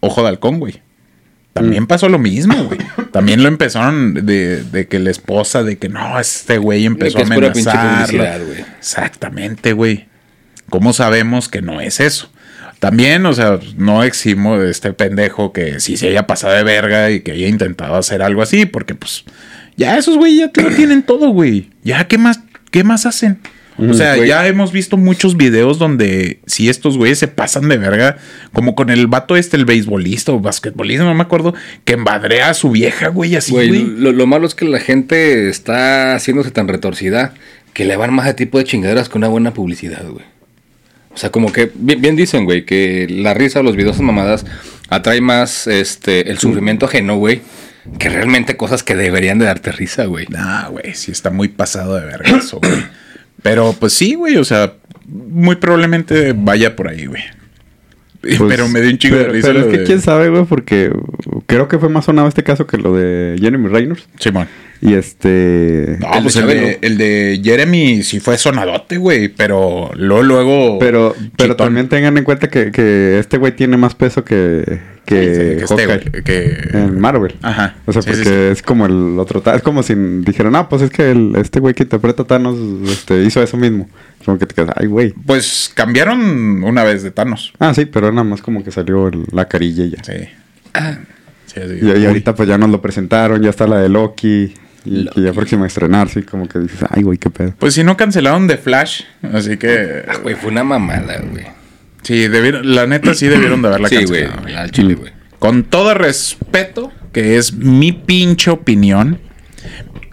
A: Ojo de Halcón, güey.
C: Mm.
A: También pasó lo mismo, güey. También lo empezaron de, de que la esposa, de que no, este güey empezó
C: que
A: a
C: es pura pinche
A: amenazarlo.
C: publicidad, güey.
A: Exactamente, güey. ¿Cómo sabemos que no es eso? También, o sea, no eximo de este pendejo que sí se haya pasado de verga y que haya intentado hacer algo así, porque pues ya esos güey ya te lo tienen todo, güey. Ya, ¿qué más, qué más hacen?
B: Mm,
A: O sea,
C: güey.
A: ya hemos visto muchos videos donde si estos güeyes se pasan de verga, como con el vato este, el beisbolista o basquetbolista, no me acuerdo, que embadrea a su vieja, güey, así,
C: Güey,
A: güey.
C: lo, lo malo es que la gente está haciéndose tan retorcida que le van más a tipo de chingaderas que una buena publicidad, güey. O sea, como que bien, bien dicen, güey, que la risa o los videos de mamadas atrae más este el sufrimiento ajeno, güey, que realmente cosas que deberían de darte risa, güey.
A: Nah, güey, sí está muy pasado de verga eso, güey. Pero pues sí, güey, o sea, muy probablemente vaya por ahí, güey.
B: Pues,
A: pero me dio un chingo de
B: pero,
A: risa.
B: pero es
A: lo
B: que
A: de-
B: quién sabe, güey, porque creo que fue más sonado este caso que lo de Jeremy Reynolds.
A: Simón.
B: Y este.
A: No,
C: El
A: pues
C: de
A: el,
C: Chabelo.
A: de, el de Jeremy sí fue sonadote, güey, pero luego, luego...
B: Pero, pero
A: chitón.
B: también tengan en cuenta que, que este güey tiene más peso que, que
A: Que este,
B: Hawkeye
A: güey, que-
B: en Marvel.
A: Ajá.
B: O sea,
A: Sí, sí,
B: porque
A: sí.
B: es como el otro. ta- Es como si dijeran, ah, pues es que el- este güey que interpreta a Thanos este, hizo eso mismo. Como que te quedas, ay, güey.
A: Pues cambiaron una vez de Thanos.
B: Ah, sí, pero nada más como que salió el- la carilla y ya.
A: Sí. Sí, así.
B: Y, y ahorita pues ya nos lo presentaron, ya está la de Loki. Y que ya próxima a estrenarse. Y como que dices, ay, güey, qué pedo.
A: Pues si no cancelaron The Flash, así que...
C: Ah, güey, fue una mamada, güey.
A: Sí, debieron, la neta sí debieron de haberla
C: Sí, güey.
A: cancelado. güey.
C: Al chile, güey.
A: Con todo respeto, que es mi pinche opinión,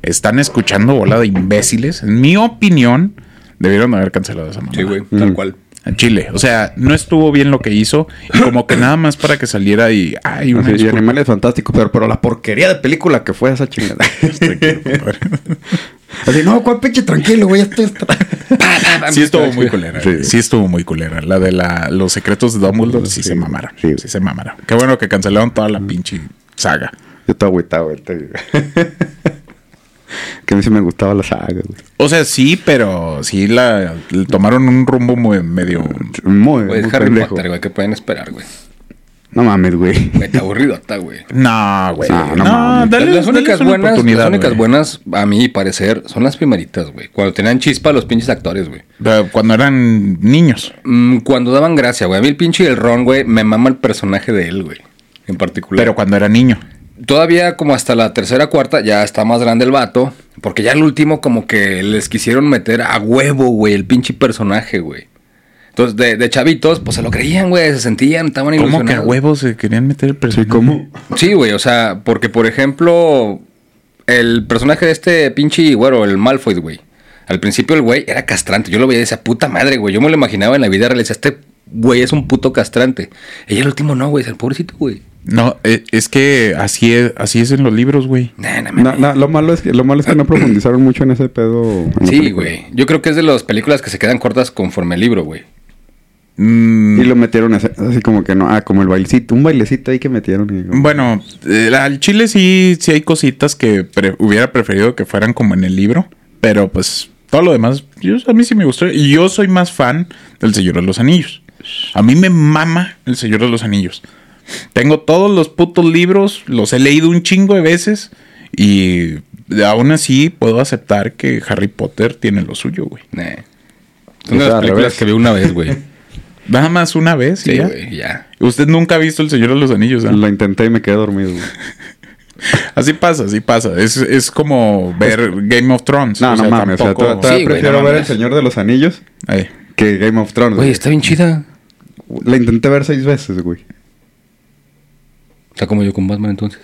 A: están escuchando bola de imbéciles. En mi opinión, debieron de haber cancelado esa mamada.
C: Sí, güey.
A: Mm.
C: Tal cual.
A: A Chile, o sea, no estuvo bien lo que hizo y como que nada más para que saliera y ay, una
B: Así, y
A: disculpa,
B: animales fantásticos, pero, pero la porquería de película que fue esa chingada.
A: Pues tranquilo, compadre.
B: Así, no, cuál pinche tranquilo, güey, ya estoy.
A: sí estuvo muy culera,
B: Sí.
A: sí. estuvo muy culera. La de la, los secretos de Dumbledore sí, se mamaron,
B: Sí.
A: sí. se mamaron. Qué bueno que cancelaron toda la pinche saga.
B: Yo estaba agüitado, güey. te- que a mí sí me gustaba la saga, güey.
A: O sea, sí, pero sí la, le tomaron un rumbo muy medio
B: Muy,
C: Güey,
B: muy
C: es Harry
B: pendejo.
C: Potter, güey. ¿Qué pueden esperar, güey?
B: No mames, güey.
C: Güey, está aburrido hasta, güey.
A: No, güey.
B: Ah,
A: No,
B: no mames.
A: dale,
C: las únicas buenas,
A: oportunidad,
C: las únicas
A: güey.
C: buenas, a mi parecer, son las primeritas, güey. Cuando tenían chispa los pinches actores, güey.
A: Pero Cuando eran niños.
C: Mm, cuando daban gracia, güey. A mí el pinche del Ron, güey, me mama el personaje de él, güey. En particular.
A: Pero cuando era niño.
C: todavía como hasta la tercera cuarta ya está más grande el vato. Porque ya el último como que les quisieron meter a huevo, güey, el pinche personaje, güey. Entonces, de, de chavitos, pues se lo creían, güey, se sentían, estaban
A: ¿Cómo que a
C: ilusionados.
A: huevos se querían meter el
B: Sí,
A: personaje?
B: ¿cómo?
C: Sí, güey, o sea, porque por ejemplo, el personaje de este pinche güero, el Malfoy, güey. Al principio el güey era castrante. Yo lo veía y decía, puta madre, güey. Yo me lo imaginaba en la vida real. Decía, este güey es un puto castrante. Y el último no, güey, es el pobrecito, güey.
A: No, eh, es que así es, así es en los libros, güey.
C: Nah, nah,
B: Na- na- lo, malo es que, lo malo es que no profundizaron mucho en ese pedo. en la
C: Sí,
B: película.
C: güey. Yo creo que es de las películas que se quedan cortas conforme el libro, güey.
A: Mm,
B: Y lo metieron así, así como que no, ah, como el bailecito, un bailecito ahí que metieron. y como-
A: Bueno, eh, al chile sí, sí hay cositas que pre- hubiera preferido que fueran como en el libro, pero pues todo lo demás, yo, a mí sí me gustó. Y yo soy más fan del Señor de los Anillos. A mí me mama el Señor de los Anillos. Tengo todos los putos libros, los he leído un chingo de veces y aún así puedo aceptar que Harry Potter tiene lo suyo, güey.
C: Nah.
B: O sea,
C: Son de
B: al
C: las películas
B: revés.
C: que vi una vez, güey.
A: Nada más una vez, y
C: Sí,
A: ya.
C: güey, ya.
A: Usted nunca ha visto el Señor de los Anillos, ¿eh?
B: Lo intenté y me quedé dormido. güey.
A: Así pasa, así pasa. Es, es como ver Game of Thrones.
B: No,
A: O
B: no
A: sea,
B: mames, o sea,
A: tampoco-
B: todavía- todavía
C: Sí, güey,
B: prefiero
C: no
B: ver El
C: mames.
B: Señor de los Anillos
A: Ey.
B: que Game of Thrones.
C: Güey,
B: güey.
C: está bien chida.
B: La intenté ver seis veces, güey.
C: Está como yo con Batman entonces.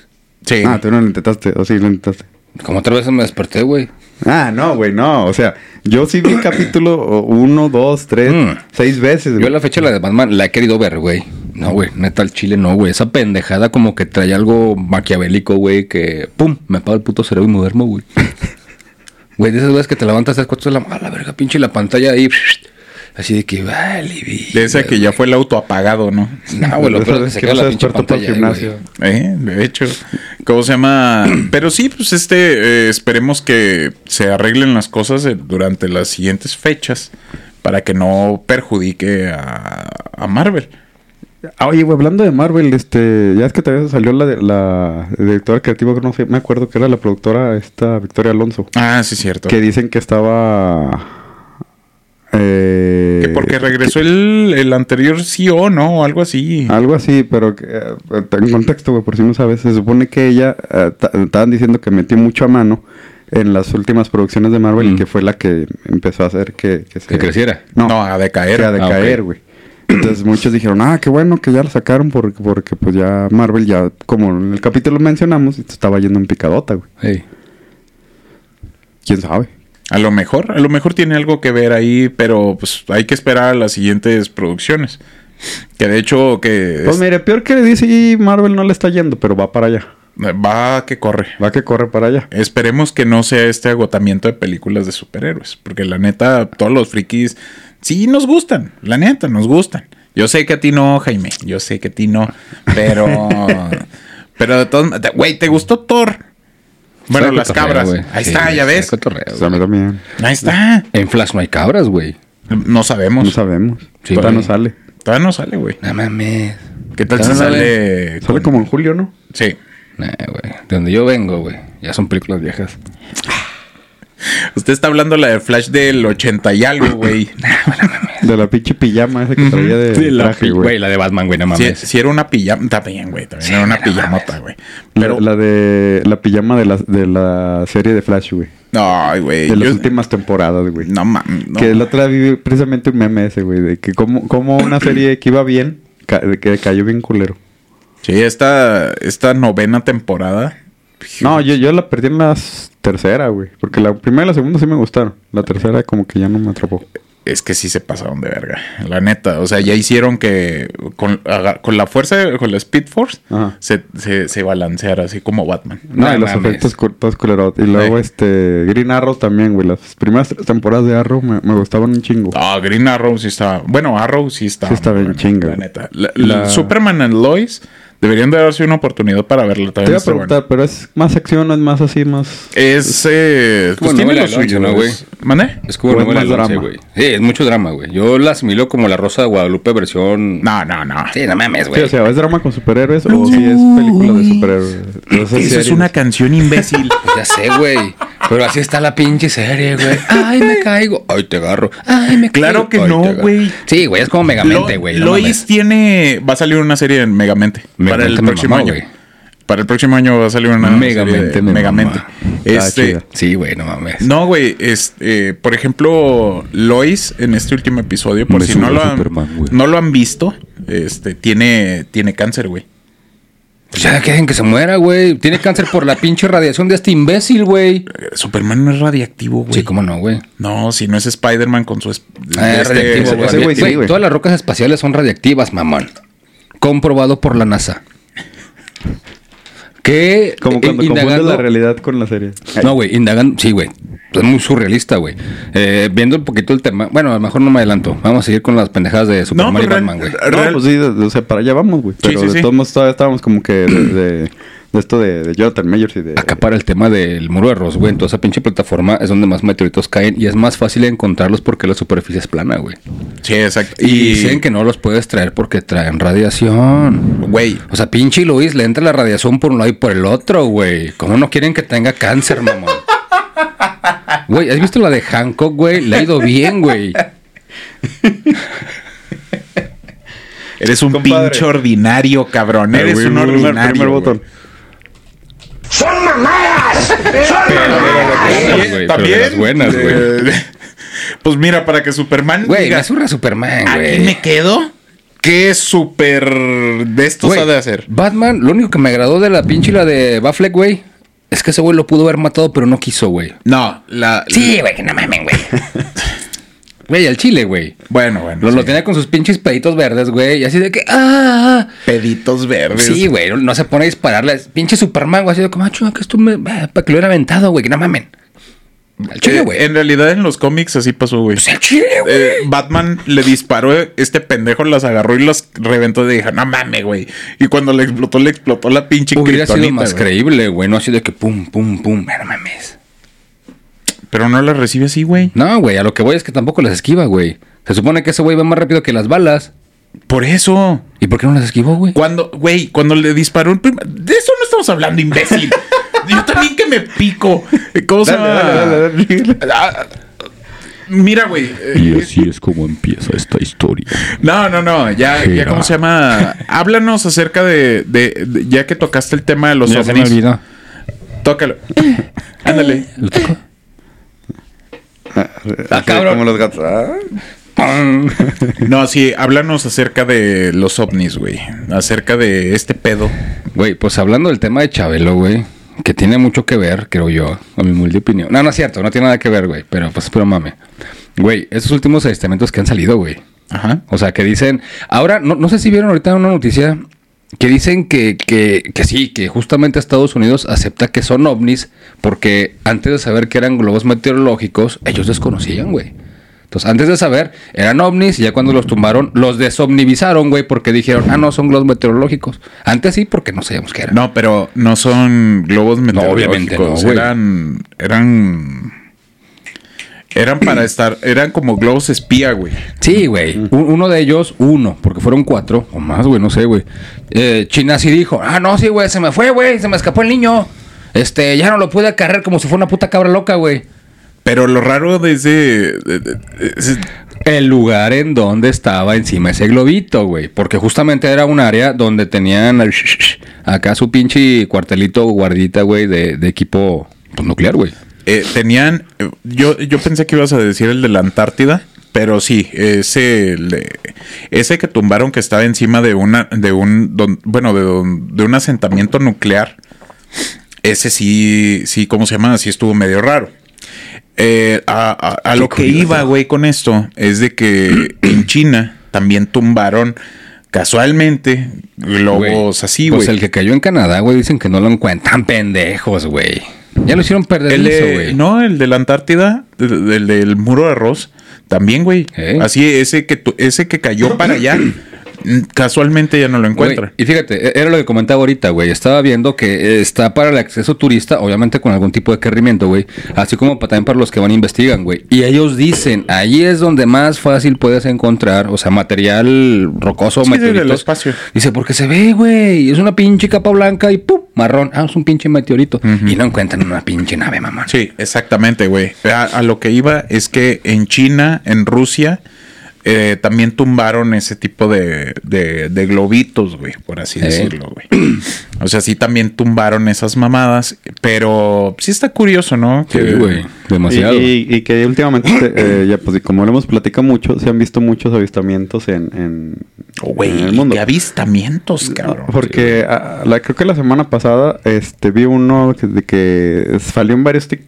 A: Sí.
B: Ah, tú no lo intentaste, o sí lo intentaste.
C: Como otra vez me desperté, güey.
B: Ah, no, güey, no. O sea, yo sí vi el capítulo o, uno, dos, tres,
C: Mm.
B: seis veces.
C: Yo
B: güey.
C: a la fecha la de Batman la he querido ver, güey. No, güey, neta al chile no, güey. Esa pendejada como que trae algo maquiavélico, güey, que pum, me apaga el puto cerebro y me duermo, güey. Güey, de esas veces que te levantas a las 4 de la a la verga, pinche la pantalla ahí. Así de que vale, vi.
A: De esa que ya fue el auto apagado, ¿no?
C: No, güey, lo
B: Esa
C: peor es que
B: vez
C: se
B: que
C: queda
B: no se
C: la pinche
B: despertó por
C: pantalla,
B: gimnasio.
C: güey.
A: Eh, de hecho. ¿Cómo se llama? Pero sí, pues este, eh, esperemos que se arreglen las cosas eh, durante las siguientes fechas para que no perjudique a, a Marvel.
B: Ah, Oye, güey, hablando de Marvel, este, ya es que todavía salió la, de- la directora creativa, que no sé, me acuerdo que era la productora esta Victoria Alonso,
A: Ah, sí, cierto.
B: que dicen que estaba... eh,
A: Que porque regresó el, el anterior CEO, ¿no? O algo así.
B: Algo así, pero que, eh, en contexto, güey, por si no sabes, se supone que ella, eh, ta- estaban diciendo que metió mucho a mano en las últimas producciones de Marvel y
C: Mm.
B: que fue la que empezó a hacer que, se-
C: Que creciera.
A: No,
B: No,
A: a
B: que
A: decaer.
B: a
C: Ah, ok.
B: decaer, güey. Entonces muchos dijeron, ah, qué bueno que ya la sacaron porque, porque pues ya Marvel ya, como en el capítulo mencionamos, estaba yendo en picadota, güey.
C: Ey.
B: ¿Quién sabe?
A: A lo mejor, a lo mejor tiene algo que ver ahí, pero pues hay que esperar a las siguientes producciones. Que de hecho que
B: Pues
A: es-
B: mire, peor que DC, Marvel no le está yendo, pero va para allá.
A: va que corre.
B: Va que corre para allá.
A: Esperemos que no sea este agotamiento de películas de superhéroes, porque la neta todos los frikis sí nos gustan, la neta nos gustan. Yo sé que a ti no, Jaime, yo sé que a ti no, pero pero de todos, güey, ¿te gustó Thor? Bueno,
C: Está
A: las
C: cotorreo,
A: cabras.
C: güey.
A: Ahí
C: Sí,
A: está, ya ves.
C: cotorreo,
B: Pues a mí
C: güey.
B: también.
A: Ahí está.
C: En Flash no hay cabras, güey.
A: No
B: No
A: sabemos.
B: sabemos.
C: Sí,
B: Todavía
C: güey.
B: no sale.
A: Todavía no sale, güey.
C: No mames.
A: ¿Qué tal
C: Todavía
A: si
C: no
A: sale?
B: Ah, Sale
A: con-
B: como en julio, ¿no?
A: Sí.
C: Nah, güey. De donde yo vengo, güey. Ya son películas viejas.
A: Usted está hablando la de Flash del 80 y algo, güey.
B: De la pinche pijama esa que traía de,
A: De la
B: traje,
C: Güey,
B: güey.
C: la de Batman, güey, no
A: Si,
C: mames.
A: si era una pijama, también, güey. También
C: Sí,
A: era una
C: pero no
A: pijamota, güey.
B: Pero...
A: Pero,
B: La, de la pijama de la, de la serie de Flash, güey.
A: ay, güey.
B: De las
A: yo-
B: últimas temporadas, güey.
A: No mames. No.
B: Que el otro día vi precisamente un meme ese, güey, de que como, como una serie que iba bien, ca- de que cayó bien culero.
A: Sí, esta, esta novena temporada.
B: No, yo, yo la perdí en la s- tercera, güey. Porque la primera y la segunda sí me gustaron. La tercera como que ya no me atrapó.
A: Es que sí se pasaron de verga. La neta. O sea, ya hicieron que con, haga- con la fuerza, con la Speed Force,
B: Ajá.
A: se, se, se balanceara así como Batman.
B: No,
C: No
B: y los
C: mames.
B: efectos cu- todos culeros. Y luego
A: Sí.
B: este Green Arrow también, güey. Las primeras tres temporadas de Arrow me, me gustaban un chingo.
A: Ah, Green Arrow sí está. Bueno, Arrow sí está.
B: Sí está bien
A: bueno,
B: chinga.
A: La neta. La- la-
B: La-
A: Superman and Lois deberían de darse una oportunidad para verla
B: Te
A: también.
B: iba a
A: está
B: preguntar, pero es más acción, no es más así, más...
A: bueno. Es. eh, pues
C: Bueno,
A: tiene
C: novela
A: lo
C: de Alonso,
A: suyo,
C: ¿no, güey?
A: es- ¿Mande?
C: Es como
B: O es
C: novela
B: más
C: del once,
B: drama.
C: güey. Sí, es mucho drama, güey. Yo la asimilo como la Rosa de Guadalupe versión.
A: No, no, no.
C: Sí, no mames,
B: Sí,
C: güey.
B: o sea, ¿es drama con superhéroes o si es película de superhéroes? Esa
A: Eso es una canción imbécil.
C: Pues ya sé, güey. Pero así está la pinche serie, güey. Ay, me caigo. Ay, te agarro. Ay, me caigo.
A: Claro que
C: Ay,
A: no,
C: te agarro.
A: güey.
C: Sí, güey, es como Megamente,
A: Lo-
C: güey. no
A: Lois
C: mames.
A: tiene. Va a salir una serie en Megamente. para
C: Megamente
A: el
C: me
A: próximo
C: mamó,
A: año.
C: güey.
A: Para el próximo año va a salir una
C: Megamente
A: serie de
C: me
A: Megamente.
C: mamó. Ah,
B: Está
A: Este.
B: chida.
C: Sí, güey, no mames.
A: No, güey, este, eh, por ejemplo, Lois en este último episodio, por
C: Me
A: si no
C: subo
A: lo, han,
C: Superman, güey.
A: no lo han visto, este, tiene, tiene cáncer, güey.
C: Pues ya dejen que se muera, güey. Tiene cáncer por la pinche radiación de este imbécil, güey.
A: Eh, Superman no es radiactivo, güey.
C: Sí, cómo no, güey.
A: No, si no es Spider-Man con su... es-
C: Ah, es
A: este-
C: radiactivo,
A: ese-
C: güey.
A: ese güey,
B: sí,
C: Güey,
B: güey.
C: Todas las rocas espaciales son radiactivas, mamón. Comprobado por la NASA. Que
B: Como
C: eh,
B: cuando confundes
C: indagando-
B: la realidad con la serie.
C: No, güey, indagando. Sí, güey. Es muy surrealista, güey. Eh, viendo un poquito el tema. Bueno, a lo mejor no me adelanto. Vamos a seguir con las pendejadas de Superman
A: pues,
C: y Batman, güey.
A: real-
B: No, pues sí, de- de- o sea, para allá vamos, güey. Pero
A: sí,
B: de
A: sí. Mm.
B: todos modos todavía estábamos como que de, de- de esto de, de Jonathan Majors y de...
C: Acapar el tema del muro de Ross, güey. En toda esa pinche plataforma es donde más meteoritos caen y es más fácil encontrarlos porque la superficie es plana, güey.
A: Sí, exacto.
C: Y,
A: Y,
C: dicen que no los puedes traer porque traen radiación.
A: güey,
C: O sea, pinche Luis le entra la radiación por un lado y por el otro, güey. ¿Cómo no quieren que tenga cáncer, mamón? Güey, ¿has visto la de Hancock, güey? Le ha ido bien, güey.
A: eres un
B: Compadre.
A: pinche ordinario, cabrón.
B: Ah,
A: Eres
B: güey,
A: un
B: primer-
A: ordinario.
B: primer
A: güey.
B: botón.
D: ¡Son mamadas! ¡Son
C: Pero
D: mamadas!
C: de las buenas, güey, pero de las buenas, güey.
A: Eh, pues mira, para que Superman
C: Güey,
A: diga,
C: me zurra Superman,
A: ¿Aquí
C: güey.
A: me quedo? ¿Qué super de estos
C: Güey,
A: ha de hacer?
C: Batman, lo único que me agradó de la pinche la de Batfleck, güey, es que ese güey lo pudo haber matado, pero no quiso, güey.
A: No, la.
C: Sí, güey, que no mamen, güey. Güey, al chile, güey.
A: Bueno, bueno.
C: Lo,
A: sí.
C: lo tenía con sus pinches peditos verdes, güey. Y así de que, ah,
A: Peditos verdes.
C: sí, güey. No, no se pone a dispararles. Pinche Superman, güey. Así de como, ah, chinga, que esto me. bah, Para que lo hubiera aventado, güey. Que no mamen. Al chile,
A: Eh,
C: güey.
A: en realidad, en los cómics así pasó, güey.
C: Pues al chile, güey.
A: Eh, Batman le disparó, este pendejo las agarró y las reventó. Y dije, no mames, güey. Y cuando le explotó, le explotó la pinche
C: Hubiera sido
A: kriptonita,
C: más
A: güey.
C: creíble, güey. No así de que pum, pum, pum. Ah, No mames.
A: Pero no la recibe así, güey.
C: No, güey. A lo que voy es que tampoco las esquiva, güey. Se supone que ese güey va más rápido que las balas.
A: Por eso.
C: ¿Y por qué no las esquivó, güey?
A: Cuando, güey, cuando le disparó el prim- De eso no estamos hablando, imbécil. Yo también que me pico. ¿Cómo se
B: Dale,
A: llama?
B: dale, dale, dale.
A: Ah, Mira, güey. eh,
E: Y así es como empieza esta historia.
A: No, no, no. Ya, ya
E: Mira.
A: ¿cómo se llama? Háblanos acerca de, de- de- Ya que tocaste el tema de los
C: Ya se me
A: ovnis.
C: olvidó.
A: Tócalo. Ándale.
C: ¿Lo tocó?
B: Así
C: cabrón.
B: Como los gatos. Ah,
C: ¡Pam!
A: No, sí, háblanos acerca de los ovnis, güey. Acerca de este pedo.
C: Güey, pues hablando del tema de Chabelo, güey, que tiene mucho que ver, creo yo, a mi humilde opinión. No, no es cierto, no tiene nada que ver, güey, pero pues pero mame. Güey, esos últimos avistamientos que han salido, güey.
A: Ajá.
C: O sea, que dicen, ahora, no, no sé si vieron ahorita una noticia que dicen que, que, que sí, que justamente Estados Unidos acepta que son ovnis porque antes de saber que eran globos meteorológicos, ellos desconocían, güey. Entonces, antes de saber, eran ovnis y ya cuando los tumbaron, los desomnivizaron, güey, porque dijeron, ah, no, son globos meteorológicos. Antes sí, porque no sabíamos qué eran.
A: No, pero no son globos
C: obviamente
A: meteorológicos.
C: no, güey.
A: eran, eran, eran para estar, eran como globos espía, güey.
C: Sí, güey. U- Uno de ellos, uno, porque fueron cuatro o más, güey, no sé, güey. Eh, China sí dijo, ah, no, sí, güey, se me fue, güey, se me escapó el niño. Este, ya no lo pude acarrear como si fuera una puta cabra loca, güey.
A: Pero lo raro de ese, de- de- es-
C: El lugar en donde estaba encima ese globito, güey. Porque justamente era un área donde tenían al acá su pinche cuartelito guardita, güey, de, de equipo pues, nuclear, güey.
A: eh, tenían, eh, yo, yo pensé que ibas a decir el de la Antártida, pero sí, ese, el de- ese que tumbaron que estaba encima de una, de un, don- bueno, de, don- de un asentamiento nuclear. Ese sí, sí, ¿cómo se llama? Sí estuvo medio raro. Eh, a, a- a lo que iba, güey, con esto es de que en China también tumbaron casualmente globos así, güey.
C: Pues el que cayó en Canadá, güey, dicen que no lo encuentran pendejos, güey. Ya lo hicieron perder
A: El
C: el
A: de-
C: hizo, güey.
A: no, el de la Antártida, el, el del muro de arroz, también, güey.
C: ¿Eh?
A: Así, ese que, tu- ese que cayó para allá, mm, casualmente ya no lo
C: Güey,
A: encuentra.
C: y fíjate, e- era lo que comentaba ahorita, güey. Estaba viendo que eh, está para el acceso turista, obviamente con algún tipo de querrimiento, güey. Así como pa- también para los que van e investigan, güey. Y ellos dicen, ahí es donde más fácil puedes encontrar, o sea, material
A: Sí,
C: rocoso,
A: sí,
C: meteoritos.
A: del espacio.
C: Dice, porque se ve, güey. Es una pinche capa blanca y ¡pum! Marrón. Ah, es un pinche meteorito.
A: Ujú.
C: Y no encuentran una pinche nave, mamá.
A: Sí, exactamente, güey. A, a lo que iba es que en China, en Rusia, eh, también tumbaron ese tipo de, de- de globitos, güey, por así
C: Eh.
A: decirlo, güey. O sea, sí también tumbaron esas mamadas, pero sí está curioso, ¿no?
C: Sí, güey.
B: Y,
C: Demasiado.
B: y- y que últimamente, eh, ya pues como lo hemos platicado mucho, se han visto muchos avistamientos en, en,
A: Oh, güey,
B: en el mundo.
A: qué avistamientos, cabrón.
B: Porque ah, la, creo que la semana pasada este, vi uno que, de que salió en varios, tic-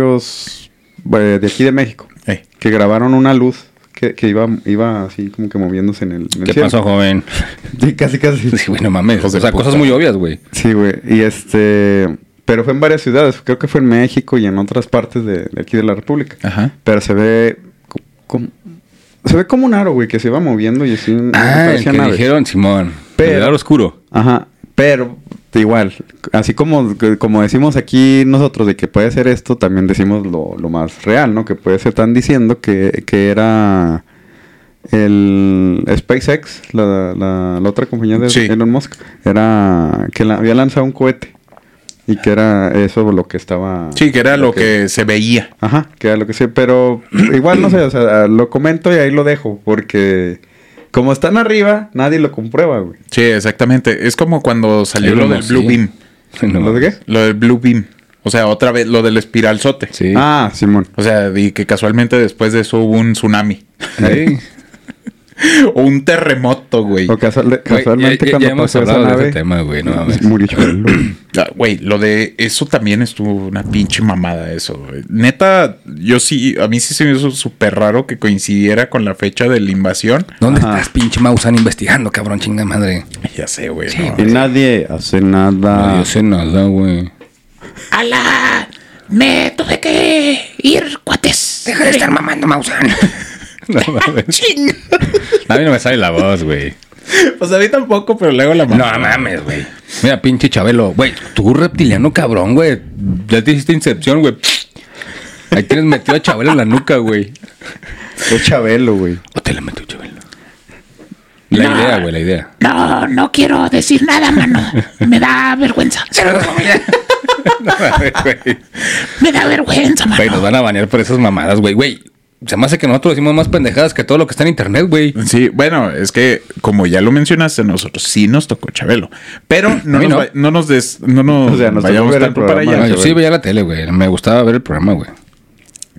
B: varios eh, de aquí de México
A: Ey.
B: que grabaron una luz que, que iba, iba así como que moviéndose en el, en el
C: ¿Qué
B: cielo.
C: pasó, joven?
B: Sí, casi, casi.
C: Sí, güey, no mames.
A: Hijos
C: O
A: de
C: sea, cosas
A: puta.
C: muy obvias, güey.
B: Sí, güey. Y este. Pero fue en varias ciudades. Creo que fue en México y en otras partes de, de aquí de la República.
A: Ajá.
B: Pero se ve. co- Como, se ve como un aro, güey, que se va moviendo y así. no
C: Ah, el
B: parecía
C: que
B: nave.
C: dijeron, Simón.
B: Pero-
C: el lugar oscuro.
B: Ajá. Pero igual, así como, como decimos aquí nosotros de que puede ser esto, también decimos lo, lo más real, ¿no? Que puede ser, están diciendo que, que era el SpaceX, la, la, la otra compañía de
A: Sí.
B: Elon Musk, era que la- había lanzado un cohete y que era eso lo que estaba...
A: Sí, que era lo que se veía.
B: Ajá, que era lo que sé, pero igual no sé, o sea, lo comento y ahí lo dejo, porque como están arriba, nadie lo comprueba, güey.
A: Sí, exactamente. Es como cuando salió
C: Ahí
A: lo
C: lo
A: del
C: sí.
A: Blue Beam.
C: No
B: ¿Lo de qué?
A: Lo del Blue Beam. O sea, otra vez lo del espiralzote.
C: Sí.
B: Ah, Simón.
A: O sea, y que casualmente después de eso hubo un tsunami.
C: Sí.
A: o un terremoto, güey.
B: O casual-
C: Güey,
B: casualmente
C: ya- ya-
B: cuando
C: ya hemos
B: pasó esa
C: hablado de
B: nave,
C: ese tema, güey, no mames.
B: murió Chabelo.
A: Ah, Güey, lo de eso también estuvo una pinche mamada eso, güey. Neta, yo sí, a mí sí se me hizo súper raro que coincidiera con la fecha de la invasión.
C: ¿Dónde
B: Ajá.
C: estás, pinche Mausan, investigando, cabrón, chinga madre?
A: Ya sé, güey.
C: Sí,
A: no.
B: y nadie hace nada.
C: No sé nada, güey.
D: A la... Me tuve que ir, cuates.
C: Deja de estar mamando, Mausan. No mames.
D: Ching.
C: A mí no me sale la voz, güey.
A: Pues a mí tampoco, pero le hago la
C: No
A: mamada.
C: mames, güey. Mira, pinche Chabelo. Güey, tú reptiliano cabrón, güey. Ya te hiciste incepción, güey. Ahí tienes metido a Chabelo en la nuca, güey.
B: Es Chabelo, güey.
C: O te la metió Chabelo. La
D: No.
C: idea, güey, la idea.
D: No, no quiero decir nada, mano. Me da vergüenza.
C: No mames, güey.
D: Me da vergüenza,
C: Güey, nos
D: mano.
C: van a banear por esas mamadas, güey. Güey, se me hace que nosotros decimos más pendejadas que todo lo que está en internet, güey.
A: Sí, bueno, es que como ya lo mencionaste, nosotros sí nos tocó Chabelo, pero no,
C: A mí
A: nos,
C: no.
A: va- no nos des- no nos
B: O sea, nos tocó
A: vayamos
B: ver el
A: tanto para
B: programa
A: allá.
C: No,
B: de
C: yo
B: Chabelo.
C: sí veía la tele, güey. Me gustaba ver el programa, güey.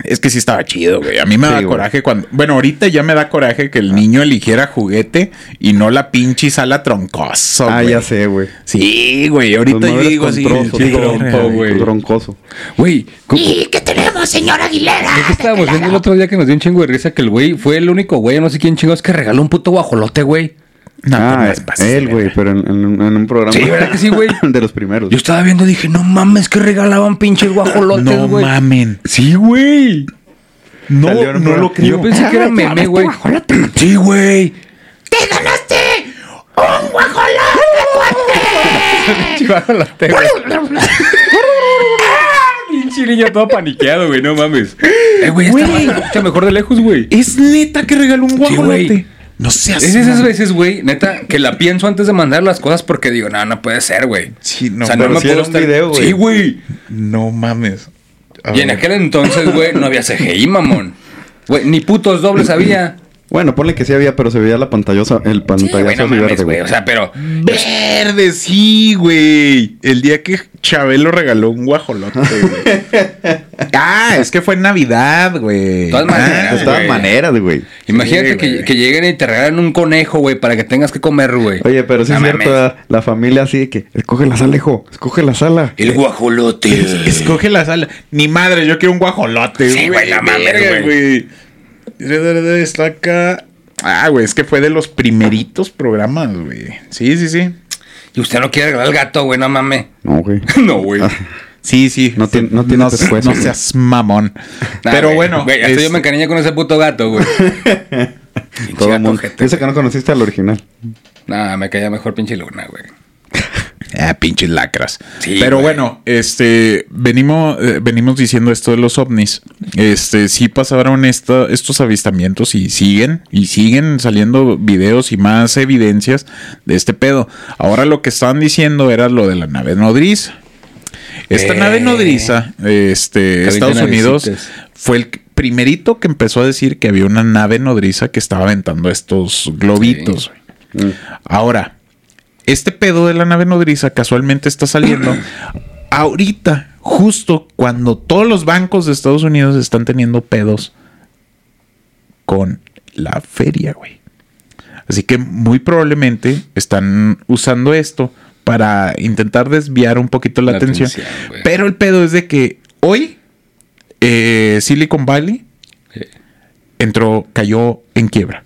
A: Es que sí estaba chido, güey. A mí me
B: Sí,
A: da
B: güey.
A: coraje cuando... Bueno, ahorita ya me da coraje que el niño eligiera juguete y no la pinche sala troncoso,
B: Ah,
A: güey.
B: ya sé, güey.
A: Sí, güey.
B: Los
A: Ahorita
B: muebles
A: digo
B: con
A: así...
B: trozos,
A: sí,
B: tronco,
A: tronco,
B: güey,
A: güey.
B: Troncoso.
C: Güey, ¿cómo-
D: ¿Y qué tenemos, señor Aguilera?
C: ¿Qué estábamos viendo el otro día que nos dio un chingo de risa que el güey fue el único güey, no sé quién chingados, que regaló un puto guajolote, güey.
A: No, pues no
B: ah,
A: es fácil,
B: él, güey,
A: verga.
B: pero en, en- en un programa.
C: Sí, ¿verdad que sí, güey?
B: De los primeros.
C: Yo estaba viendo y dije, no mames, que regalaban pinches guajolotes,
A: No
C: güey.
A: mamen.
C: Sí, güey.
A: No,
B: Salió,
A: no
B: pero-
A: lo creo.
C: Yo pensé que era meme, güey. Sí, güey.
D: ¡Te ganaste un guajolote!
C: Pinche niño todo paniqueado, güey, no mames. Eh, güey, esta madre se escucha mejor de lejos, güey.
A: Es neta que regaló un guajolote.
C: güey.
A: no seas.
C: Es esas
A: mamón.
C: veces, güey, neta, que la pienso antes de mandar las cosas porque digo, no, no puede ser, güey.
A: Sí, no,
C: o sea, no
A: pero
C: me
B: sí
C: puedo
B: era un
C: estar...
B: video, güey.
C: Sí, güey.
A: No mames. A
C: Y en
A: ver.
C: aquel entonces, güey, no había CGI, mamón. Güey, ni putos dobles había.
B: Bueno, ponle que sí había, pero se veía la pantallosa, el
C: Sí,
B: pantallazo
C: güey, no
B: así
C: mames,
B: verde,
C: güey. O sea, pero...
A: Verde, sí, güey. El día que Chabelo regaló un guajolote, güey. ah, es que fue en Navidad, güey.
C: De todas maneras,
A: Ah,
B: de todas
C: güey.
B: maneras, güey.
C: Imagínate
A: Sí,
C: que,
A: güey.
C: que lleguen y te regalen un conejo, güey, para que tengas que comer, güey.
B: Oye, pero sí
C: No
B: es
C: mames.
B: cierto, ah, la familia así de que, escoge la sala, hijo, escoge la sala.
C: El guajolote.
A: Es- Escoge la sala. Ni madre, yo quiero un guajolote,
C: Sí, güey, no mames,
A: Verga, güey. Está acá. Ah, güey, es que fue de los primeritos programas, güey. Sí, sí, sí.
C: Y usted no quiere regalar al gato, güey, no mames.
B: No, güey.
C: No, güey.
B: Ah,
A: Sí, sí.
B: No tiene- no tiene
A: se-
B: pescuezo,
A: no
B: güey.
A: seas mamón.
C: Nah,
A: Pero
C: Ah, güey,
A: bueno.
C: Güey, hasta
A: es-
C: yo me encariñé con ese puto gato, güey.
B: Todo el mundo.
C: ojete,
B: Dice que no conociste al original.
C: Nah, me caía mejor pinche luna, güey.
A: Ah, pinches lacras.
C: Sí,
A: Pero
C: güey.
A: bueno, este venimos, eh, venimos diciendo esto de los ovnis. Este sí pasaron esta- estos avistamientos y siguen, y siguen saliendo videos y más evidencias de este pedo. Ahora lo que estaban diciendo era lo de la nave nodriza. Esta
C: Eh.
A: nave nodriza, este,
C: avientan
A: Estados Unidos
C: avisitas.
A: fue el primerito que empezó a decir que había una nave nodriza que estaba aventando estos globitos.
C: Sí.
A: güey. Ahora, este pedo de la nave nodriza casualmente está saliendo ahorita, justo cuando todos los bancos de Estados Unidos están teniendo pedos con la feria, güey. Así que muy probablemente están usando esto para intentar desviar un poquito la,
C: La
A: atención.
C: atención, güey.
A: Pero el pedo es de que hoy eh, Silicon Valley entró, cayó en quiebra.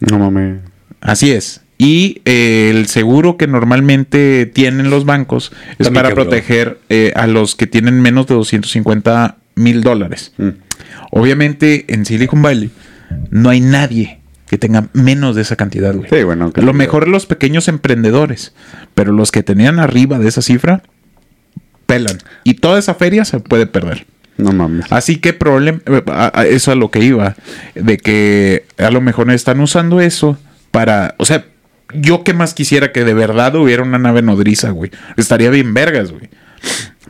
B: No mames.
A: Así es. Y eh, el seguro que normalmente tienen los bancos es
C: También
A: para
C: quebró.
A: proteger eh, a los que tienen menos de 250 mil dólares.
B: Mm.
A: Obviamente en Silicon Valley no hay nadie que tenga menos de esa cantidad. güey.
B: Sí, bueno,
A: Lo mejor los pequeños emprendedores, pero los que tenían arriba de esa cifra, pelan. Y toda esa feria se puede perder.
B: No mames.
A: Así que problem eh, a- a- eso a lo que iba, de que a lo mejor están usando eso para, o sea, yo que más quisiera que de verdad hubiera una nave nodriza, güey. Estaría bien vergas, güey.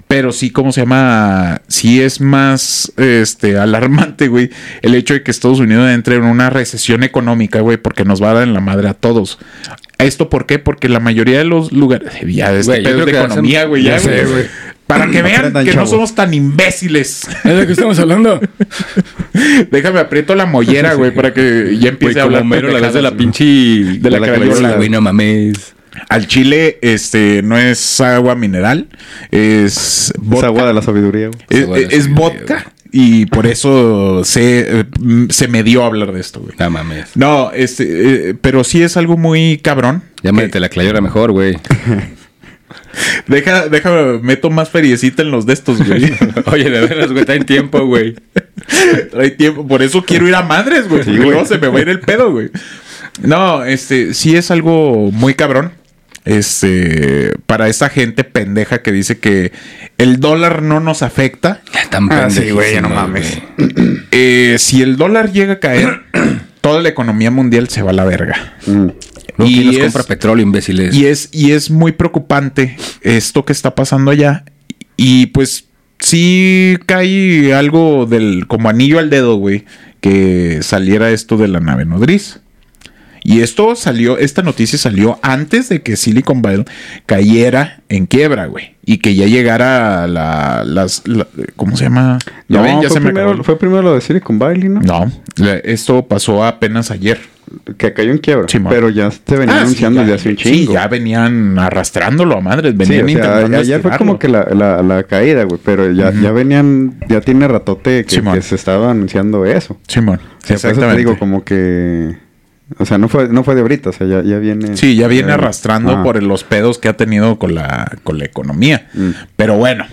A: Pero sí, ¿cómo se llama? Sí es más este, alarmante, güey, el hecho de que Estados Unidos entre en una recesión económica, güey, porque nos va a dar en la madre a todos. ¿Esto por qué? Porque la mayoría de los lugares... Ya, este
C: Güey, yo
A: pedo
C: creo
A: de
C: que hacen-
A: economía, güey, ya,
C: Ya sé,
A: güey.
C: güey.
A: Para que vean
B: Aprendan,
A: que no
B: chavos.
A: somos tan imbéciles.
C: ¿Es de qué estamos hablando?
A: Déjame aprieto la mollera, güey, para que ya empiece
C: Güey,
A: a hablar.
C: como mero la vez de la
A: pendejadas,
C: pinche... De
A: la crayola.
C: güey, no mames.
A: güey. Al chile, este, no es agua mineral, es
B: Es
A: vodka.
B: agua de la sabiduría, güey.
A: Es,
C: Es agua de
A: es- es
C: sabiduría,
A: vodka. Y por eso se, eh, mm, se me dio a hablar de esto, güey.
C: No mames.
A: No, este, eh, pero sí es algo muy cabrón.
C: Llámate la clayora mejor, güey.
A: Deja, déjame, meto más feriecita en los de estos, güey.
C: Oye, de veras, güey, está en tiempo, güey.
A: Trae tiempo. Por eso quiero ir a madres, güey. porque luego se me va a ir el pedo, güey. No, este, sí es algo muy cabrón. Este, para esa gente pendeja que dice que el dólar no nos afecta.
C: Tan
B: Ah, sí,
C: pendejísimo,
B: güey, no mames.
A: Eh, si el dólar llega a caer, toda la economía mundial se va a la verga.
B: Mm.
C: Luego,
A: Y
C: ¿quién nos
A: es-
C: compra petróleo, imbéciles?
A: Y es, y es muy preocupante esto que está pasando allá. Y pues sí cae algo del como anillo al dedo, güey, que saliera esto de la nave nodriz. Y esto salió, esta noticia salió antes de que Silicon Valley cayera en quiebra, güey. Y que ya llegara la, las, la- ¿cómo se llama? Ya
B: No,
A: ven, ya
B: fue,
A: se me
B: primero,
A: acabó.
B: fue primero lo de Silicon Valley, ¿no?
A: No, la- esto pasó apenas ayer.
B: Que cayó en quiebra.
A: Simón.
B: pero ya te venía
A: Ah, sí,
B: anunciando
A: ya,
B: desde hace un
A: sí,
B: chingo.
A: ya venían arrastrándolo a madres, venían
B: Sí, o sea,
A: intentando
B: ayer fue
A: estirarlo.
B: como que la, la- la caída, güey, pero ya, ya venían, ya tiene ratote que,
A: Simón.
B: que se estaba anunciando eso.
A: Simón,
B: O sea, por eso te
A: exactamente.
B: digo, como que O sea, no fue, no fue de ahorita, o sea, ya, ya viene.
A: Sí, ya viene arrastrando
B: Ah.
A: por los pedos que ha tenido con la, con la economía.
B: Mm.
A: Pero bueno,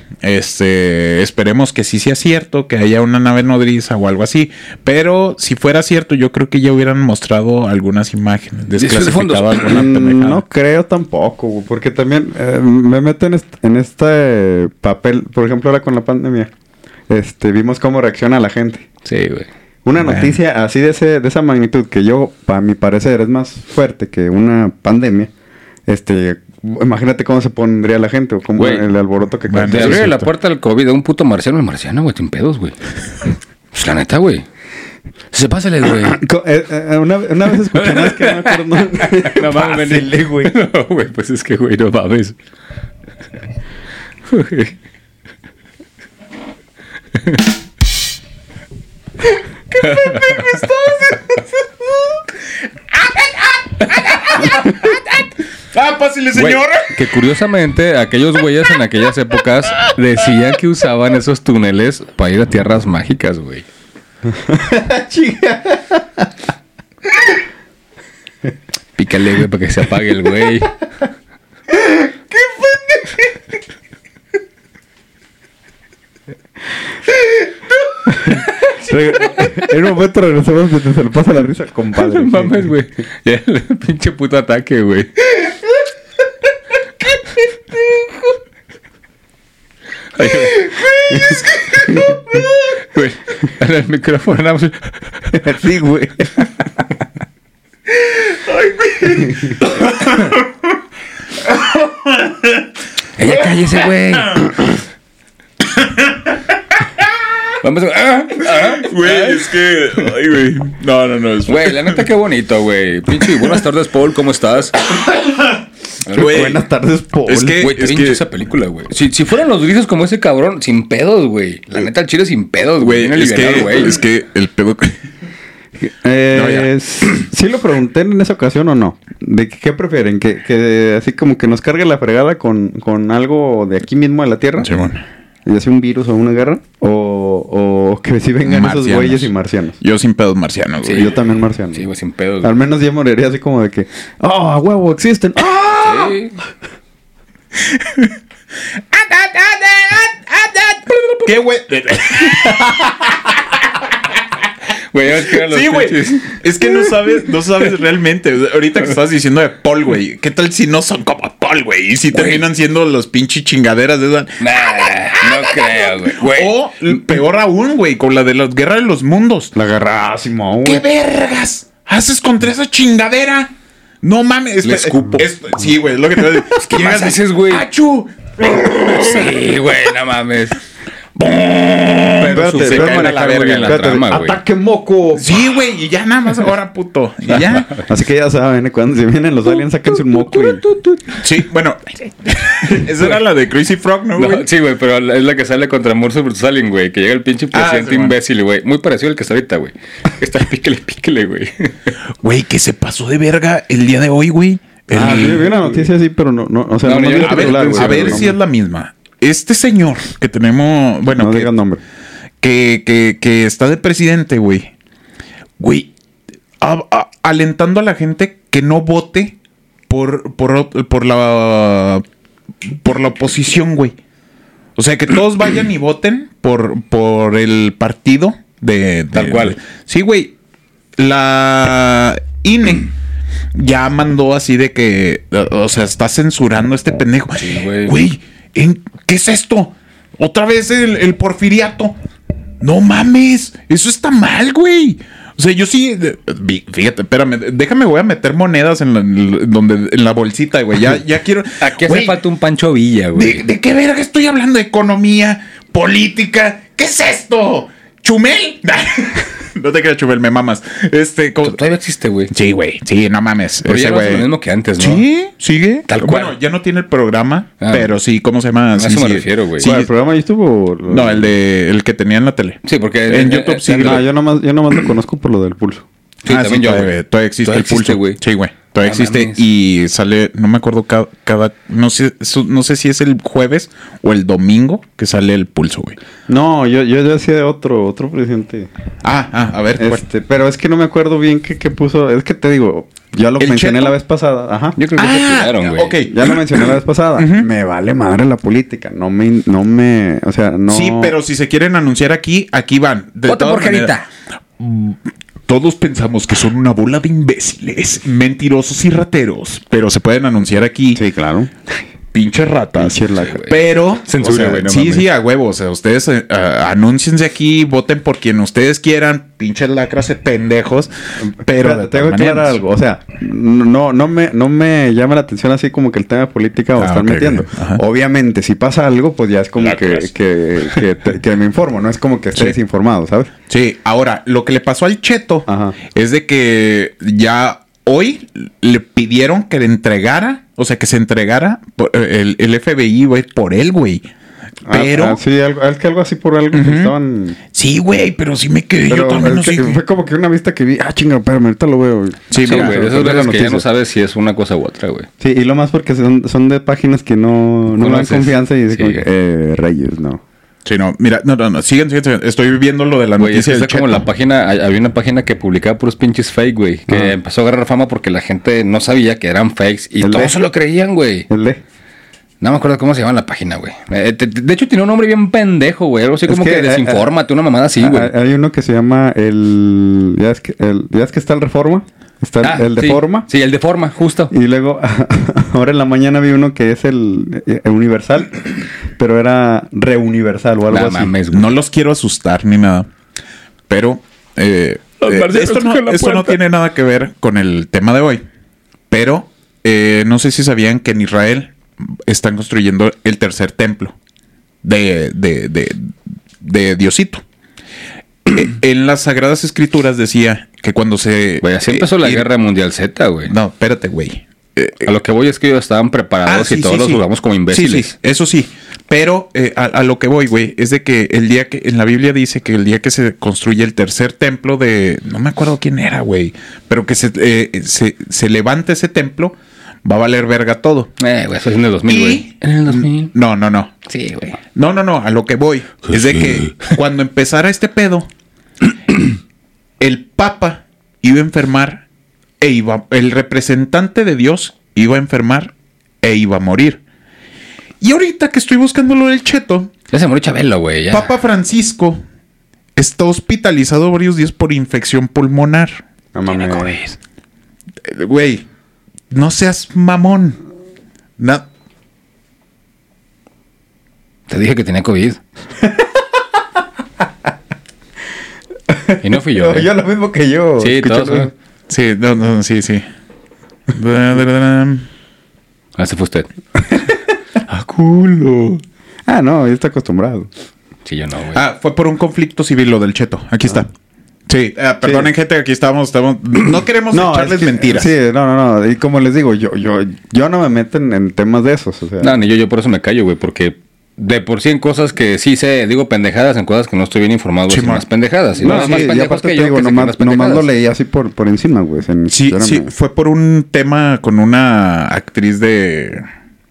A: este, esperemos que sí sea cierto, que haya una nave nodriza o algo así. Pero si fuera cierto, yo creo que ya hubieran mostrado algunas imágenes,
C: Dieciséis fondos.
A: desclasificado alguna pendejada.
B: Mm, No creo tampoco, güey, porque también eh, me meto en este, en este papel, por ejemplo, ahora con la pandemia, este, vimos cómo reacciona la gente.
C: Sí, güey.
B: Una
A: Bueno.
B: noticia así de, ese, de esa magnitud, que yo, para mi parecer, es más fuerte que una pandemia, este, imagínate cómo se pondría la gente, o cómo
C: Güey.
B: el alboroto que
A: Bueno,
C: Te
A: sí,
B: causa.
A: es
C: abre la
A: cierto.
C: puerta al COVID a un puto marciano. El marciano, güey, sin pedos, güey. Pues, la neta, güey. Se pásale, güey.
B: Co- eh, eh, una, una vez escuché más que no me acuerdo.
C: No mames,
A: Pásele,
C: güey. No, güey, pues es que, güey, no mames. Güey.
A: Ah, pásele,
C: Güey,
A: señor.
C: que curiosamente aquellos güeyes en aquellas épocas decían que usaban esos túneles para ir a tierras mágicas, güey. Pícale, güey, para que se apague el güey.
B: en un momento regresamos mientras se le pasa la risa, compadre.
C: No mames, güey. Ya el pinche puto ataque, güey. Ay, güey. Güey, en el micrófono nada más-
B: Sí, güey.
C: Ella cállese, güey. Vamos a... ¡Ah!
A: Güey, es que. Ay, güey. No, no, no. Es...
C: Güey, la neta qué bonito, güey. Pinche, buenas tardes, Paul, ¿cómo estás?
A: Güey.
B: Buenas tardes, Paul.
A: Es que-
C: Güey, te pinche
A: que-
C: esa película, güey. Si, si fueran los grises como ese cabrón, sin pedos, güey. La neta, el chile sin pedos, güey.
A: Eh, Güey,
C: Viene
A: es
C: liberado,
A: que,
C: güey.
A: es que el pedo. No, ya.
B: Eh, s- sí lo pregunté en esa ocasión o no. ¿De qué, qué prefieren? ¿Que, que así como que nos cargue la fregada con, con algo de aquí mismo de la Tierra?
A: Simón.
B: ¿Y así un virus o una guerra? ¿O, o que sí vengan esos
A: Marcianos.
B: güeyes y marcianos?
A: Yo sin pedos marcianos,
C: Sí.
A: güey.
B: Yo también marciano.
C: Sí, güey, sin pedos.
B: Al menos ya moriría así como de que, ¡ah, huevo, existen! ¡Ah!
C: güey. Sí.
A: ¿Qué, güey?
C: Güey, ya ves que eran los
A: Sí, güey.
C: pinches-
A: Es que no sabes, no sabes realmente. Ahorita que estás diciendo de Paul, güey. ¿Qué tal si no son como Paul, güey? Y si
C: Güey.
A: terminan siendo los pinches chingaderas de esa-
C: Nah, no creo, güey. güey.
A: O l- peor aún, güey, con la de la guerra de los mundos.
B: La guerra, Simón,
A: ¿Qué
B: güey.
A: vergas haces contra esa chingadera? No mames.
C: Le
A: espe-
C: escupo.
A: es- sí, güey, es lo que te voy a decir.
C: ¿Qué más
A: Llegas y-
C: haces, güey?
A: ¡Achu!
C: Sí, güey, no mames.
B: Espérate,
C: su- se
B: espérate,
C: caen a la
B: manejar
C: verga
B: muy bien.
C: en la
B: Espérate,
C: trama, güey.
B: ¡Ataque moco!
A: Sí, güey, y ya nada más ahora, puto. Y ya.
B: Así que ya saben, ¿eh? cuando se vienen los aliens, sáquense un moco y...
A: Sí, bueno. Esa era la de Crazy Frog, ¿no,
C: No,
A: güey?
C: sí, güey, pero la- es la que sale contra Murso vs. Alien, güey. Que llega el pinche
A: Ah,
C: presidente
A: sí, güey.
C: imbécil, güey. Muy parecido al que está ahorita, güey. Está píquele, píquele, güey.
A: Güey, que se pasó de verga el día de hoy, güey. El-
B: Ah, sí, vi una noticia así, pero no, no, o sea,
C: No,
B: no,
C: ni
B: me
C: yo-
B: vi el
A: a ver,
B: titular, güey,
A: a ver
B: pero
A: si
B: no-
A: es la misma. Este señor que tenemos, bueno,
B: No
A: que,
B: digas nombre.
A: que, que- que está de presidente, güey. Güey, a- a- alentando a la gente que no vote por, por, o- por la por la oposición, güey. O sea, que todos vayan y voten por, por el partido de, de-
C: Tal cual.
A: Sí, güey. La INE ya mandó así de que, o sea, está censurando a este pendejo.
C: güey.
A: Güey, ¿en- ¿qué es esto? Otra vez el, el porfiriato. No mames, eso está mal, güey. O sea, yo sí, de- vi- fíjate, espérame, déjame, voy a meter monedas en la, en donde, en la bolsita, güey. Ya, ya quiero.
C: Aquí hace
A: Güey,
C: falta un Pancho Villa, güey.
A: ¿De, de qué verga estoy hablando? ¿Economía? ¿Política? ¿Qué es esto? ¿Chumel? no te creas, Chumel, me mamas. Este, como-
C: Todavía existe, güey.
A: Sí, güey, sí, no mames.
C: Pero
A: ese
C: ya no es
A: güey.
C: lo mismo que antes, ¿no?
A: Sí, sigue.
C: Tal cual.
A: Bueno, ya no tiene el programa,
C: Ah.
A: pero sí, ¿cómo se llama?
C: A
A: Sí,
C: eso me
A: sí.
C: refiero, güey.
A: Sí,
B: Bueno, el programa ahí estuvo...
A: no, el de el que tenía en la tele.
C: Sí, porque
A: En YouTube sí,
C: eh,
B: Ah, No, yo nomás, yo nomás lo conozco por lo del pulso.
C: Sí, también yo,
A: todavía,
C: güey.
A: Ah, todavía existe
C: Todavía
A: el pulso.
C: existe, güey.
A: Sí, güey. Todavía
C: Ah,
A: existe
C: mames.
A: y sale, no me acuerdo ca- cada, no sé, su- no sé si es el jueves o el domingo que sale el pulso, güey.
B: No, yo, yo ya hacía otro, otro presidente.
A: Ah, ah, a ver, ¿cuál?
B: Este, pero es que no me acuerdo bien qué, qué puso. Es que te digo, ya lo
A: ¿El
B: mencioné
A: Cheto?
B: la vez pasada. Ajá.
C: Yo creo que se tiraron, güey.
A: Ah, ok.
B: Ya lo mencioné la vez pasada. Me vale madre la política. No me, no me, o sea, no.
A: Sí, pero si se quieren anunciar aquí, aquí van. De
C: Vota
A: todas
C: por
A: maneras.
C: Jarita.
A: Mm, Todos pensamos que son una bola de imbéciles, mentirosos y rateros, pero se pueden anunciar aquí,
B: Sí, claro.
A: pinches ratas.
B: Pinche laca.
A: Pero,
C: Censura,
A: o sea,
C: güey, no
A: sí,
C: mames.
A: sí, a huevo. O sea, ustedes eh, ah, anúnciense aquí, voten por quien ustedes quieran, pinches lacras de pendejos. Pero,
B: Pero
A: de
B: tengo que
A: todas
B: aclarar
A: maneras,
B: algo. O sea, no, no, me, no me llama la atención así como que el tema de política va a
A: Ah,
B: estar
A: ok,
B: metiendo.
A: bien. Ajá.
B: Obviamente, si pasa algo, pues ya es como que,
A: Lacras.
B: que, que, te- que me informo. No es como que esté
A: Sí.
B: desinformado, ¿sabes?
A: Sí, ahora, lo que le pasó al Cheto
B: Ajá.
A: es de que ya hoy le pidieron que le entregara, o sea, que se entregara por- eh, el, el FBI, güey, por él, güey.
B: Ah,
A: Pero,
B: ah, sí, algo, es que algo así por algo que estaban.
A: sí, güey, pero sí me quedé yo
B: Pero
A: también.
B: es que
A: así, güey.
B: fue como que una vista que vi, ah, chinga, espérame, ahorita lo veo. ah,
A: Sí,
C: Sí,
A: mira,
C: güey.
B: se me
C: Esas
B: perdió
C: veces
B: la
C: que ya no
B: noticia.
C: sabes si es una cosa u otra, güey.
B: Sí, y lo más porque son, son de páginas que no, no me dan
C: Conoces.
B: confianza y dicen
C: Sí.
B: como que, eh, Reyes, no.
A: Sí, no, mira, no, no, no, siguen, siguen, siguen. Estoy viendo lo de la
C: Güey, es
A: noticia
C: que
A: del
C: está como
A: Cheto.
C: la página, hay- había una página que publicaba puros pinches fake, güey, que
B: Ajá.
C: empezó a agarrar fama porque la gente no sabía que eran fakes y
B: El
C: todos
B: de-
C: se lo creían, güey.
B: El de.
C: No me acuerdo cómo se llama la página, güey. Eh, te- te- de hecho, tiene un nombre bien pendejo, güey. Algo así
B: Es
C: como que, eh,
B: que, eh,
C: desinfórmate, una mamada así, güey.
B: Ah, Hay uno que se llama el. Ya es que, el, ya es que está el Reforma. Está el,
C: Ah,
B: el de
C: sí.
B: Forma.
C: Sí, el de forma, justo.
B: Y luego, ahora en la mañana vi uno que es el, eh, Universal, pero era Reuniversal o algo
C: No
B: así.
C: mames, güey.
A: No los quiero asustar ni nada. Pero eh,
E: Los
A: eh,
E: marcianos
A: esto, no,
E: tocan la
A: esto no
E: puerta.
A: tiene nada que ver con el tema de hoy. Pero eh, no sé si sabían que en Israel están construyendo el tercer templo de, de, de, de Diosito. Eh, en las Sagradas Escrituras decía que cuando se...
C: Güey, así empezó la
A: eh,
C: guerra mundial Z, güey.
A: No, espérate, güey.
C: A lo que voy es que ellos estaban preparados
A: Ah, sí,
C: y todos
A: sí,
C: los
A: sí.
C: jugamos como imbéciles.
A: Sí, sí, eso sí. Pero eh, a, a lo que voy, güey, es de que el día que en la Biblia dice que el día que se construye el tercer templo de. No me acuerdo quién era, güey. Pero que se, eh, se, se levante ese templo, va a valer verga todo.
C: Eh, güey, eso es en el 2000, güey.
A: Y-
C: En el 2000.
A: No, no, no.
C: Sí, güey.
A: No, no, no. A lo que voy es de que cuando empezara este pedo, el Papa iba a enfermar e iba. El representante de Dios iba a enfermar e iba a morir. Y ahorita que estoy buscando lo del cheto,
C: Ya se murió Chabelo, güey. ya.
A: Papa Francisco está hospitalizado varios días por infección pulmonar.
B: No mames.
A: Eh, Güey, no seas mamón. Na-
C: Te dije que tenía COVID. y no fui yo.
B: Yo,
C: ¿eh?
B: yo lo mismo que yo.
C: Sí,
B: Escucha-
C: todos. ¿eh?
A: Sí, no, no, sí, sí.
C: Ah, ese fue usted.
B: Ah, culo. Ah, no, ya está acostumbrado.
C: Sí, yo no, güey.
A: Ah, fue por un conflicto civil lo del Cheto. Aquí está. Sí, ah, perdonen gente, aquí estamos, estamos- No queremos echarles
B: es que-
A: mentiras.
B: Sí, no, no, no. Y como les digo, yo, yo, yo no me meto en, en temas de esos. O sea,
C: No, ni yo, yo por eso me callo, güey, porque de por sí en cosas que sí sé, digo pendejadas, en cosas que no estoy bien informado,
A: Sí,
C: sí,
A: man.
C: más pendejadas. Y
B: No,
C: nada
B: sí,
C: más
B: y
C: pendejos
B: aparte
C: que
B: te
C: yo,
B: digo,
C: que sé que
B: nomás,
C: más
B: nomás lo
C: pendejadas.
B: leí así por, por encima, güey. o sea, ni
A: Sí,
B: siquiera
A: sí,
B: me-
A: fue por un tema con una actriz de...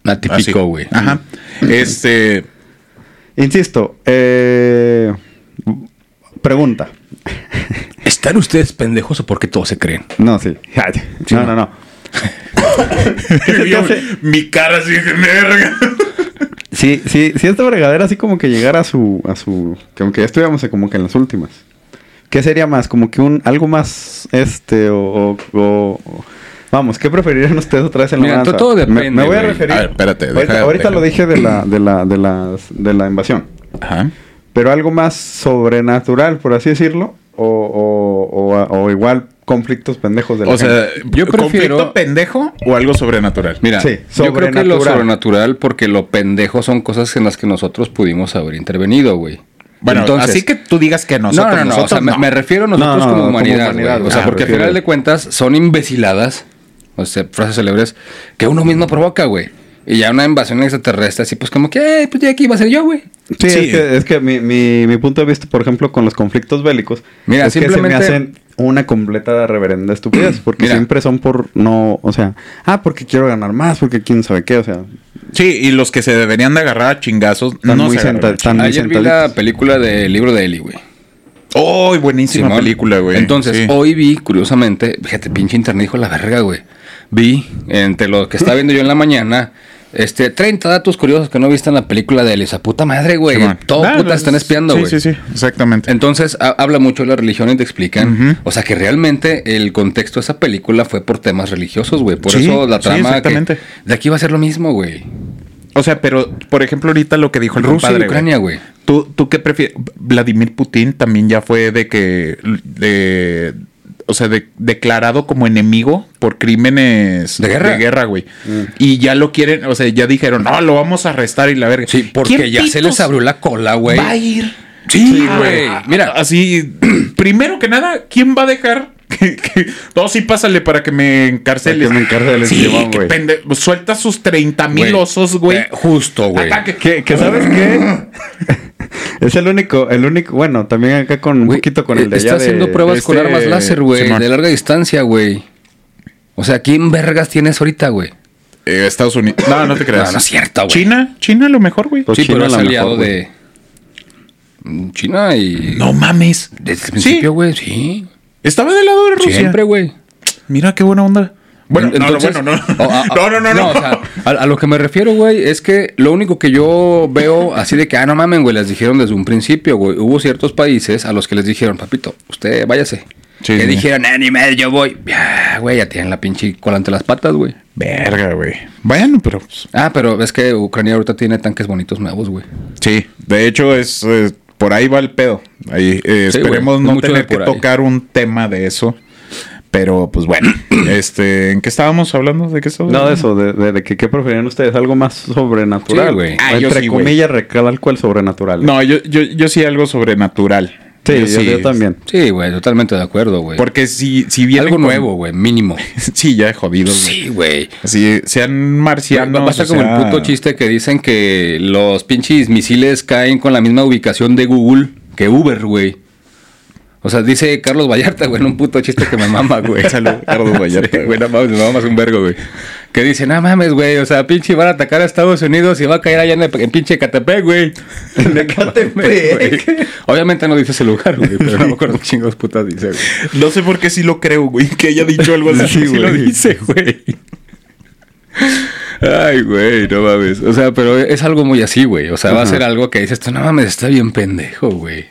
C: La típico,
A: así.
C: güey.
A: Ah, Ajá. Este...
B: Insisto, eh, pregunta.
E: ¿Están ustedes pendejos o por qué todos se creen?
B: No, sí. Ay, no, no, no. ¿Qué se te hace?
A: Mi cara así, verga.
B: Sí, sí, sí, esta bregadera así como que llegara a su, a su, como que ya estuviéramos como que en las últimas. ¿Qué sería más? Como que un, algo más, este, o, o- o- o- vamos, ¿qué preferirían ustedes otra vez en
C: Mira,
B: la balanza?
C: todo depende,
B: Me, me voy a
C: güey.
B: referir.
A: A ver, espérate,
B: Ahorita,
A: deja-
B: ahorita
A: deja.
B: lo dije de la, de la, de las- de la invasión.
A: Ajá.
B: Pero algo más sobrenatural, por así decirlo, o, o- o a- o igual conflictos pendejos de la
A: O sea,
B: gente.
A: yo
C: Yo prefiero-
A: ¿conflicto pendejo o algo sobrenatural?
C: Mira,
B: Sí,
C: yo creo que lo
B: sobrenatural.
C: sobrenatural, porque lo pendejo son cosas en las que nosotros pudimos haber intervenido, güey.
A: bueno,
C: Entonces-
A: así que tú digas que
C: No,
A: nosotros...
C: no, no, o sea,
A: nosotros
C: Me, me refiero a nosotros
B: No, no,
C: como
B: como
C: humanidad.
B: humanidad,
C: güey. O
B: güey.
C: sea,
B: Ah,
C: porque al final
B: prefiero.
C: de cuentas son imbeciladas, o sea, frases célebres, que uno mismo provoca, güey. Y ya una invasión extraterrestre, así pues como que, "Eh, pues ya aquí iba a ser yo, güey.
B: Sí,
A: Sí.
B: es que, es que mi, mi, mi punto de vista, por ejemplo, con los conflictos bélicos,
C: Mira,
B: es que se me
C: simplemente-
B: hacen una completa reverenda estupidez, porque
C: Mira.
B: siempre son por no, o sea, ah, porque quiero ganar más, porque quién sabe qué, o sea,
A: Sí, y los que se deberían de agarrar a chingazos
B: están
A: no
B: muy,
A: se agarran.
B: senta- están muy
C: Ayer vi
B: sentaditos.
C: la película del libro de Eli, güey.
A: ¡Oh, buenísima
C: Simón.
A: película, güey!
C: Entonces,
A: Sí.
C: hoy vi, curiosamente, fíjate, pinche internet hijo de la verga, güey. Vi, entre lo que estaba viendo yo en la mañana, este, 30 datos curiosos que no viste en la película de Elisa. Puta madre, güey.
A: Simón.
C: Todo
A: Ah,
C: puta
A: los-
C: están espiando, güey.
A: Sí, sí, sí, exactamente.
C: Entonces, ha- habla mucho de la religión y te explican.
A: Ujú.
C: O sea, que realmente el contexto de esa película fue por temas religiosos, güey. Por
A: Sí,
C: eso la
A: sí,
C: trama. que-
A: exactamente.
C: de aquí va a ser lo mismo, güey.
A: O sea, pero, por ejemplo, ahorita lo que dijo el
C: Rusia
A: compadre,
C: y Ucrania, güey.
A: ¿Tú, ¿Tú qué prefieres? Vladimir Putin también ya fue de que. De, o sea, de- declarado como enemigo por crímenes
C: ¿De guerra?
A: güey. Y ya lo quieren, o sea, ya dijeron, no, lo vamos a arrestar y la verga.
C: Sí, porque
A: ¿Quién
C: ya se les
A: pitos
C: abrió la cola, güey.
A: Va a ir.
C: Sí,
A: a-
C: güey.
A: a-
C: Mira,
A: así, primero que nada, ¿quién va a dejar? que- que- No, sí, pásale para que me encarceles.
B: Para que me encarceles,
A: Sí,
B: Simón,
A: qué
B: güey.
A: pende- Suelta sus 30 mil osos, güey.
C: Eh, justo, güey.
A: Ataque.
B: Que, que sabes qué? es el único, el único, bueno, también acá con un
C: Güey,
B: poquito con el de
C: eh, Está
B: allá de-
C: haciendo pruebas
A: de
C: con
A: este
C: armas láser, güey.
A: Simón.
C: De larga distancia, güey. O sea, ¿quién vergas tienes ahorita, güey?
A: Eh, Estados Unidos. No, no te creas.
C: No, no es cierto, güey.
A: China, China a lo mejor, güey.
B: Pues
C: sí,
B: China
C: pero
B: a
C: es
B: lo
C: aliado
B: mejor, güey.
C: de mm, China y...
A: No mames.
C: Desde el
A: Sí.
C: principio, güey, sí.
A: Estaba del lado de Rusia.
C: Siempre, güey.
A: Mira qué buena onda. Bueno, no,
C: Entonces- oh,
A: bueno, no.
C: o- a- a-
A: no, no, oh, ah, no, no.
C: o sea, a, a lo que me refiero, güey, es que lo único que yo veo así de que, ah, no mamen, güey, les dijeron desde un principio, güey. Hubo ciertos países a los que les dijeron, papito, usted váyase.
A: Sí,
C: que
A: sí.
C: dijeron, animal, yo voy. Ya, güey, ya tienen la pinche cola entre las patas, güey.
A: Verga, güey. Bueno, pero pues,
C: Ah, pero es que Ucrania ahorita tiene tanques bonitos nuevos, güey.
A: sí. De hecho, es eh, por ahí va el pedo. Ahí, eh,
C: Sí,
A: esperemos
C: güey, es
A: no
C: mucho de
A: tener que
C: por ahí.
A: tocar un tema de eso. Pero, pues bueno, este, ¿en qué estábamos hablando? ¿De qué estábamos
B: No, de
A: hablando?
B: eso, de, de- de que qué preferían ustedes, algo más sobrenatural.
C: Sí, güey.
A: Ah, yo
B: Entre
A: sí, güey.
B: comillas, recalco el sobrenatural.
A: No, yo, yo, yo sí algo sobrenatural.
B: sí, yo, yo también.
C: Sí, güey, totalmente de acuerdo, güey.
A: Porque si, si viene
C: Algo
A: con-
C: nuevo, güey, mínimo.
A: Sí, ya jodido. güey.
C: Sí, güey.
A: Así sean marcianos.
C: Basta
A: o
C: como
A: sea-
C: el puto chiste que dicen que los pinches misiles caen con la misma ubicación de Google que Uber, güey. O sea, dice Carlos Vallarta, güey, en un puto chiste que me mama, güey.
A: Salud, Carlos Vallarta,
C: Sí, güey, no mames, me mama más un vergo, güey. Que dice, no mames, güey, o sea, pinche van a atacar a Estados Unidos y va a caer allá en, el, en pinche Catepec, güey. En Catepec. Obviamente no dice ese lugar, güey, pero no me acuerdo qué chingos putas dice, güey.
A: No sé por qué sí lo creo, güey. Que haya dicho algo así.
C: Sí,
A: sí lo
C: güey.
A: dice, güey.
C: Ay, güey, no mames. O sea, pero es algo muy así, güey. O sea, va a ser algo que dices tú, no mames, está bien pendejo, güey.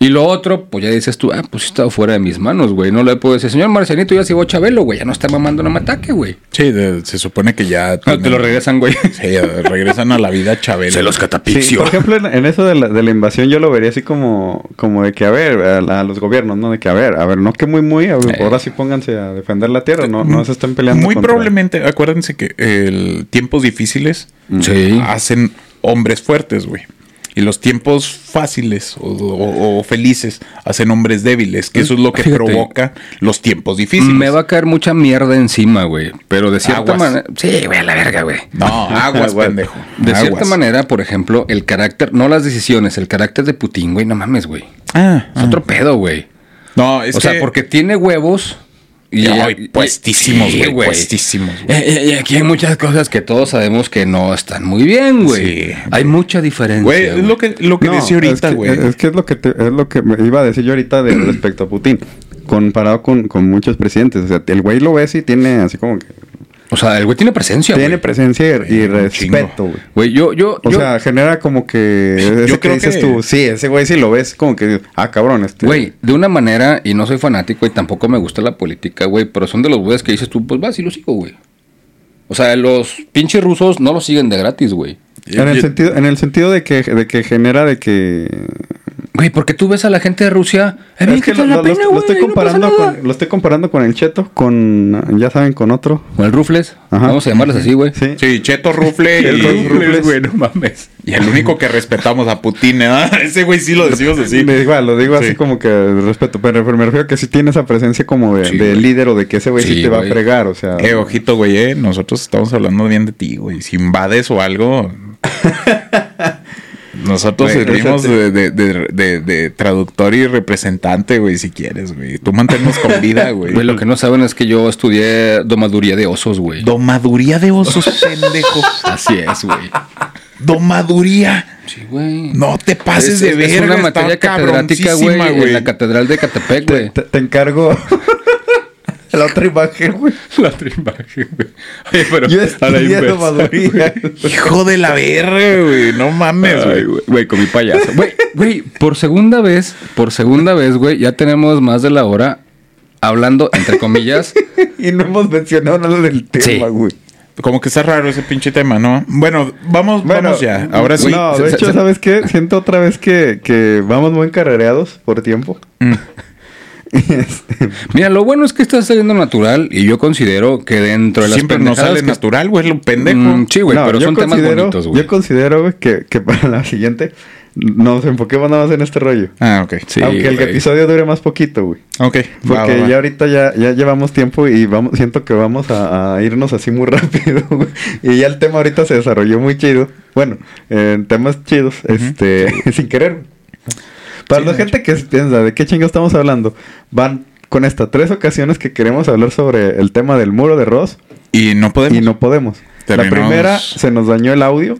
C: Y lo otro, pues ya dices tú, ah, pues está fuera de mis manos, güey. No le puedo decir, señor Marcianito, ya sigo Chabelo, güey. Ya no está mamando un ataque, güey.
A: Sí, de- se supone que
B: Ah,
A: ya.
C: No, Ah, te
A: tienen-
C: lo regresan, güey.
A: Sí, eh, regresan a la vida Chabelo.
E: Se los
B: Sí,
E: catapixio.
B: por ejemplo, en, en eso de la, de la invasión yo lo vería así como, como de que, a ver, a, la- a los gobiernos, ¿no? De que, a ver, a ver, no que muy, muy, a ver,
C: Eh.
B: ahora sí pónganse a defender la tierra, no, no se están peleando.
A: Muy
B: contra-
A: probablemente, acuérdense que el tiempos difíciles
C: Sí.
A: hacen hombres fuertes, güey. Y los tiempos fáciles o, o- o felices hacen hombres débiles, que eso es lo que
C: Fíjate.
A: provoca los tiempos difíciles.
C: Me va a caer mucha mierda encima, güey. Pero de cierta
A: Aguas.
C: manera. Sí, güey, a la verga, güey.
A: No, aguas,
B: Aguas.
A: pendejo.
C: De cierta
A: Aguas.
C: manera, por ejemplo, el carácter, no las decisiones, el carácter de Putin, güey, no mames, güey.
A: Ah,
C: Es otro pedo, güey.
A: No, es
C: o sea,
A: que-
C: porque tiene huevos. Y,
A: Ay, puestísimos,
C: Sí,
A: güey, puestísimos, güey.
C: Eh, eh, Y aquí hay muchas cosas que todos sabemos que no están muy bien, güey.
A: Sí,
C: hay mucha diferencia.
A: Güey, es lo que, lo que
B: No,
A: decía ahorita,
B: es que-
A: güey.
B: Es, que es lo que, te- es lo que me iba a decir yo ahorita de, respecto a Putin, comparado con, con muchos presidentes. O sea, el güey lo ves y tiene así como que...
C: O sea, el güey tiene presencia,
B: tiene
C: güey.
B: presencia y, y
A: Güey, un chingo.
B: respeto, güey.
C: Güey, yo, yo,
B: O
C: yo-
B: sea, genera como que. Ese
A: Yo
B: que
A: creo
B: dices
A: que-
B: tú, sí, ese güey sí lo ves, como que. Ah, cabrón, este.
C: güey, de una manera, y no soy fanático y tampoco me gusta la política, güey, pero son de los güeyes que dices tú, pues vas y lo sigo, güey. O sea, los pinches rusos no lo siguen de gratis, güey.
B: En el,
A: Yo-
B: sentido, en el sentido de que, de que genera de que.
C: Güey, porque tú ves a la gente de Rusia. "Eh, bien,
B: Es que
C: quita
B: lo,
C: la
B: lo- lo-
C: pena,
B: lo
C: güey,
B: estoy
C: ahí no pasa
B: comparando
C: nada".
B: con, lo estoy comparando con el Cheto, con. Ya saben, con otro.
C: Con el Rufles.
B: Ajá.
C: Vamos a llamarles así, güey.
B: Sí.
A: Sí, Cheto Rufle y,
B: El Cheto Rufle, güey,
A: no mames. Y el único que respetamos a Putin, ¿eh? Ese güey sí lo decimos así.
B: Me digo, ah, lo digo
A: Sí.
B: así como que de respeto, pero me refiero que sí tiene esa presencia como de,
C: Sí,
B: de
C: güey.
B: líder o de que ese güey sí,
C: Sí,
B: te va
C: güey.
B: a fregar, o sea.
A: Eh, ojito, güey, eh. Nosotros estamos hablando bien de ti, güey. Si invades o algo. Nosotros
B: Güey,
A: servimos
B: ese-
A: de, de- de- de- de traductor y representante, güey, si quieres, güey. Tú manténnos con vida, güey. pues
C: Güey, lo que no saben es que yo estudié domaduría de osos, güey.
A: Domaduría de osos, pendejo.
C: Así es, güey.
A: Domaduría.
C: Sí, güey.
A: No te pases
C: Es-
A: de
C: es-
A: verga.
C: Es una
A: está
C: materia catedrática, güey,
A: cabroncísima,
C: en la catedral de Catepec,
B: Te,
C: güey.
B: te- te encargo la otra imagen, güey.
C: La trimbaje, güey. Oye, pero
B: Yo
C: a la
B: estudié
C: inversa, güey.
B: domaduría.
A: Hijo de la verga, güey. No mames,
C: Ay,
A: güey.
C: güey, güey, comí payaso. Güey, güey, por segunda vez, por segunda vez, güey, ya tenemos más de la hora hablando, entre comillas.
B: Y no hemos mencionado nada del tema, güey.
A: Como que está raro ese pinche tema, ¿no? Bueno, vamos, vamos ya.
C: mm,
A: Ahora sí.
B: No, de
C: se-
B: hecho,
C: se-
B: ¿sabes qué? Siento otra vez que, que vamos muy encarrereados por tiempo. Este,
C: Mira, lo bueno es que está saliendo natural y yo considero que dentro de las
A: Siempre nos
C: pendejadas
A: sale
C: que-
A: natural, güey, lo pendejo.
C: Mm, sí, güey,
B: no,
C: pero
B: yo
C: son temas
B: considero-
C: bonitos, güey.
B: Yo considero, güey, que, que para la siguiente nos enfoquemos nada más en este rollo.
A: Ah, ok.
C: Sí,
B: Aunque el
C: güey.
B: episodio dure más poquito, güey.
A: Ok. va,
B: Porque
A: va, va.
B: ya ahorita ya, ya llevamos tiempo y vamos, siento que vamos a, a irnos así muy rápido, güey. Y ya el tema ahorita se desarrolló muy chido. Bueno, en temas chidos, este, sin querer. güey. Para la gente que piensa de qué chingo estamos hablando, van con estas tres ocasiones que queremos hablar sobre el tema del muro de Ross
A: Y no podemos.
B: y no podemos.
A: Terminamos-
B: La primera se nos dañó el audio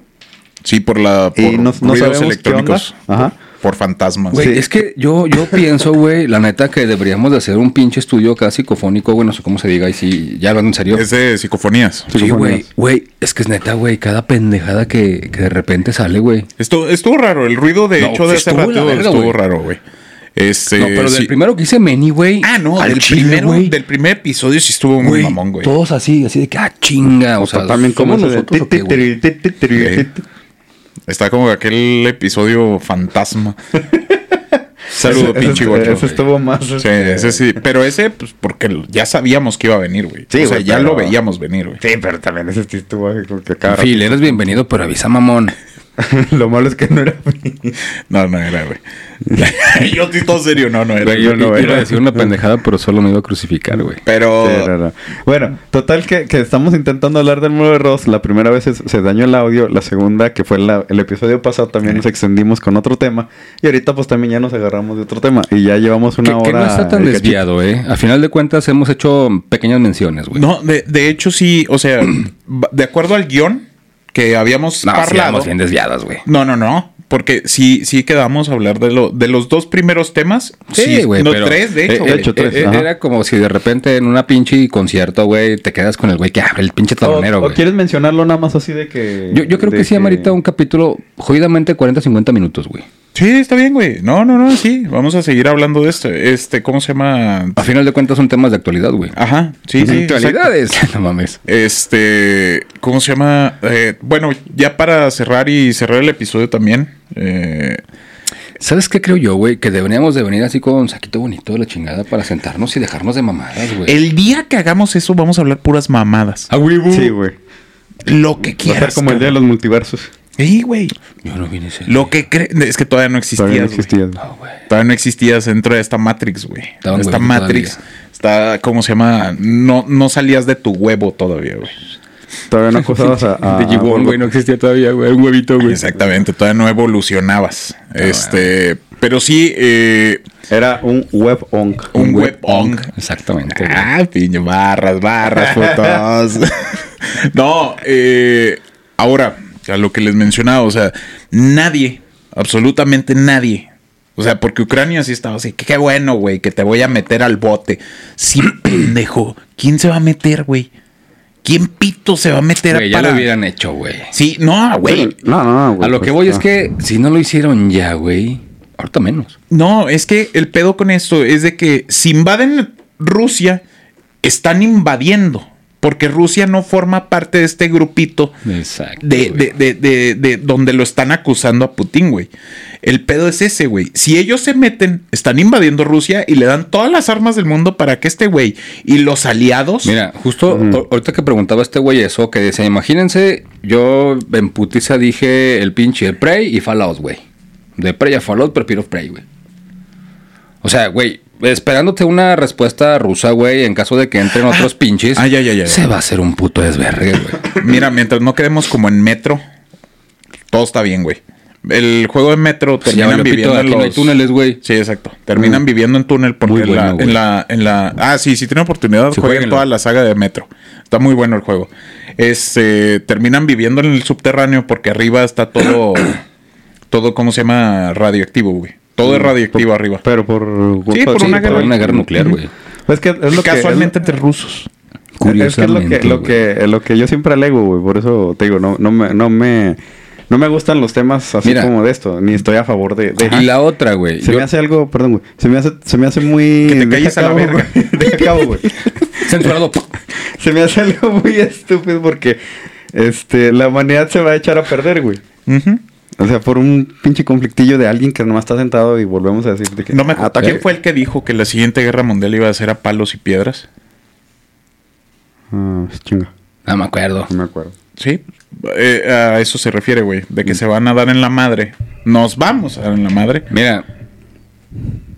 A: Sí, por la por
B: y no, no
A: ruidos
B: sabemos qué onda.
A: electrónicos.
B: Ajá.
A: Por fantasmas.
C: Ah. Güey,
B: Sí.
C: es que yo, yo pienso, güey, la neta que deberíamos de hacer un pinche estudio casi psicofónico, güey, no sé cómo se diga, y si ya hablando en serio.
A: Es de psicofonías.
C: sí, güey, güey, es que es neta, güey, cada pendejada que, que de repente sale, güey.
A: Estuvo, estuvo raro. El ruido, de
C: No,
A: hecho, de hace
C: estuvo la
A: rato
C: verga,
A: estuvo
C: güey.
A: raro, güey. Este,
C: no, pero del
A: sí.
C: primero que hice Meni, güey.
A: Ah, no,
C: al
A: del,
C: chile,
A: primero,
C: güey,
A: del primer episodio sí estuvo muy
C: güey,
A: mamón, güey.
C: Todos así, así de que, ah, chinga, o sea,
B: También como
C: ¿somos
B: nosotros.
C: o qué, güey?
A: Eh. Está como aquel episodio fantasma. Saludo,
B: Ese-
A: pinche
B: ese-
A: guacho.
B: Ese estuvo más.
A: Sí,
B: este,
A: ese sí. Pero ese, pues, porque ya sabíamos que iba a venir, güey.
B: Sí,
A: o sea,
B: güey,
A: ya
B: pero-
A: lo veíamos venir, güey.
B: Sí, pero también ese sí estuvo así como que cara.
C: Phil, eres bienvenido, pero avisa mamón.
B: Lo malo es que no era mí.
A: No, no era, güey. Yo estoy todo serio, no, no era.
C: Güey, yo
B: no,
C: iba
B: era.
C: a decir una pendejada, pero solo me iba a crucificar, güey.
A: Pero.
B: Sí, no, no. Bueno, total que, que estamos intentando hablar del muro de Ross. La primera vez es- se dañó el audio, la segunda, que fue la- el episodio pasado, también nos extendimos con otro tema. Y ahorita pues también ya nos agarramos de otro tema. Y ya llevamos
C: Que,
B: una hora.
C: que no está tan
B: y cachito.
C: desviado, eh. A final de cuentas hemos hecho pequeñas menciones, güey.
A: No, de, de hecho sí, o sea, va- de acuerdo al guión que habíamos
C: No, sí,
A: hablado.
C: éramos bien desviadas, güey.
A: no, no, no. Porque sí, sí quedamos a hablar de lo, de los dos primeros temas. no, tres, de hecho.
C: eh,
A: güey.
B: de hecho,
C: eh,
B: tres,
C: eh,
B: ajá.
C: era como si de repente en una pinche concierto, güey, te quedas con el güey que abre el pinche
B: O,
C: tabanero,
B: o
C: güey.
B: quieres mencionarlo nada más así de que.
C: Yo, yo creo
B: de
C: que sí amerita un capítulo jodidamente 40-50 minutos, güey.
A: sí, está bien, güey. No, no, no, sí. Vamos a seguir hablando de esto. Este, ¿cómo se llama?
C: A final de cuentas son temas de actualidad, güey.
A: Ajá, sí, sí. exacto.
C: Actualidades. no mames.
A: Este, ¿cómo se llama? Eh, bueno, ya para cerrar y cerrar el episodio también. eh,
C: ¿Sabes qué creo yo, güey? Que deberíamos de venir así con un saquito bonito de la chingada para sentarnos y dejarnos de mamadas,
B: Pues.
C: güey.
A: el día que hagamos eso, vamos a hablar puras mamadas.
C: A huevo.
B: Sí, güey.
A: Lo que
B: Va a ser
A: quieras.
B: como el día de
A: cabrón.
B: los multiversos.
A: Ey, güey.
C: Yo no vine ese.
A: Lo que cre- es que todavía no existías.
B: Todavía
A: Todavía
B: no existías.
C: No, güey.
A: Todavía no existías dentro de esta Matrix, güey.
C: Estaban
A: Esta
C: huevitos
A: Matrix está, ¿cómo se llama? No, no salías de tu huevo todavía, güey.
B: Todavía no acusabas a. a-
C: Digimon, güey, no existía todavía, güey. Un huevito, güey.
A: Exactamente, todavía no evolucionabas.
B: Ah,
A: este, pero sí, eh,
B: Era un web onk.
A: un, web on.
C: Exactamente. güey.
A: Ah, piño, barras, barras, fotos. no, eh, ahora, a lo que les mencionaba, o sea, nadie, absolutamente nadie. O sea, porque Ucrania sí estaba así, qué, qué bueno, güey, que te voy a meter al bote. Sí, pendejo, ¿quién se va a meter, güey? ¿Quién pito se va a meter
C: Güey, ya
A: para...?
C: lo hubieran hecho, güey.
A: Sí, no, güey.
B: No, no, no, güey.
C: A lo que
B: pues,
C: voy es
B: ah.
C: que si no lo hicieron ya, güey, ahorita menos.
A: No, es que el pedo con esto es de que si invaden Rusia, están invadiendo. Porque Rusia no forma parte de este grupito
C: Exacto.
A: de, de- de- de- de donde lo están acusando a Putin, güey. El pedo es ese, güey. Si ellos se meten, están invadiendo Rusia y le dan todas las armas del mundo para que este güey y los aliados.
C: Mira, justo ahor- ahorita que preguntaba este güey eso, que decía, imagínense, yo en putiza dije el pinche Prey y Fallout, güey. De Prey a Fallout, prefiero Prey, güey. O sea, güey, esperándote una respuesta rusa, güey, en caso de que entren otros pinches.
A: ah, ya, ya, ya, ya.
C: Se va a hacer un puto desvergue, güey.
A: Mira, mientras no quedemos como en metro, todo está bien, güey. el juego de metro
C: Se llama
A: terminan
C: Lopito,
A: viviendo en
C: aquí no hay
A: los...
C: túneles, güey.
A: Sí, exacto. Terminan
B: Mm.
A: viviendo en túnel porque
E: Muy
A: en
E: bueno,
A: la-
E: güey.
A: en, la, en, la, Ah, sí, sí tiene oportunidad.
E: Sí,
A: jueguen
E: jueguenlo.
A: toda la saga de Metro. Está muy bueno el juego. Este, terminan viviendo en el subterráneo porque arriba está todo... todo, ¿cómo se llama? Radioactivo, güey. Todo es radioactivo arriba.
B: Pero por...
A: Sí, por una
C: Pero
A: guerra-
C: era una guerra nuclear, güey.
B: Es que es lo que...
A: Casualmente entre rusos.
B: Es que es lo que, lo que, lo que yo siempre alego, güey. Por eso te digo, no, no, me, no, me, no me gustan los temas así
C: Mira.
B: como de esto. Ni estoy a favor de... de-
C: Y la otra, güey.
B: Se
C: yo-
B: me hace algo... Perdón, güey. Se me hace, se me hace muy...
A: Que te
B: deja
A: calles a la
B: cabo,
A: verga.
B: güey. Deja cabo, güey.
C: Censurado.
B: Se me hace algo muy estúpido porque... Este... La humanidad se va a echar a perder, güey.
A: Ujú.
B: O sea, por un pinche conflictillo de alguien que nomás está sentado y volvemos a decir de que...
A: No me acuerdo.
B: ataque.
A: ¿Quién fue el que dijo que la siguiente guerra mundial iba a ser a palos y piedras?
B: Ah, chinga.
C: No me acuerdo.
B: No me acuerdo.
A: Sí, eh, a eso se refiere, güey, de que
B: Mm.
A: se van a dar en la madre. Nos vamos a dar en la madre.
C: Mira,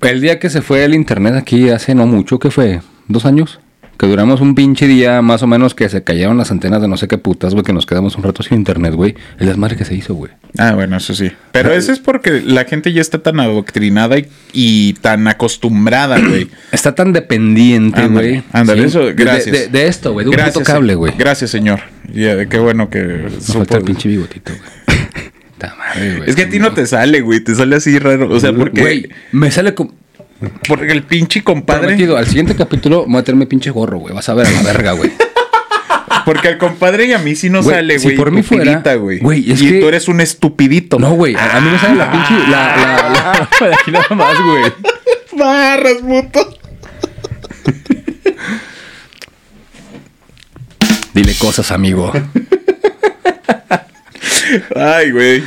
C: el día que se fue el internet aquí hace no mucho, ¿qué fue? ¿Dos años? Que duramos un pinche día más o menos que se cayeron las antenas de no sé qué putas, güey, que nos quedamos un rato sin internet, güey. El desmadre que se hizo, güey.
A: Ah, bueno, eso sí. Pero eso es porque la gente ya está tan adoctrinada y, y tan acostumbrada, güey.
C: Está tan dependiente,
A: Ándale,
C: güey.
A: ándale,
C: Sí.
A: eso,
C: De-
A: gracias.
C: De, de esto, güey, de un puto cable, güey.
A: Gracias, señor. Ya, qué bueno que...
C: Nos falta
A: supo-
C: el pinche bigotito, güey. Puta madre, güey.
A: Es que a ti no te sale, güey, te sale así raro. O sea, porque,
C: Güey, me sale como...
A: porque el pinche compadre...
C: Prometido, al siguiente capítulo voy a meterme pinche gorro, güey. Vas a ver a la verga, güey.
A: Porque al compadre y a mí sí nos
C: Güey,
A: sale,
C: si
A: güey.
C: por mí fuera-
A: pupilita, güey.
C: Güey, es
A: y
C: que-
A: tú eres un estupidito.
C: No, güey, a a mí me sale la pinche... La, la, la, la de aquí nada más, güey.
A: Barras, puto.
C: Dile cosas, amigo.
A: Ay, güey.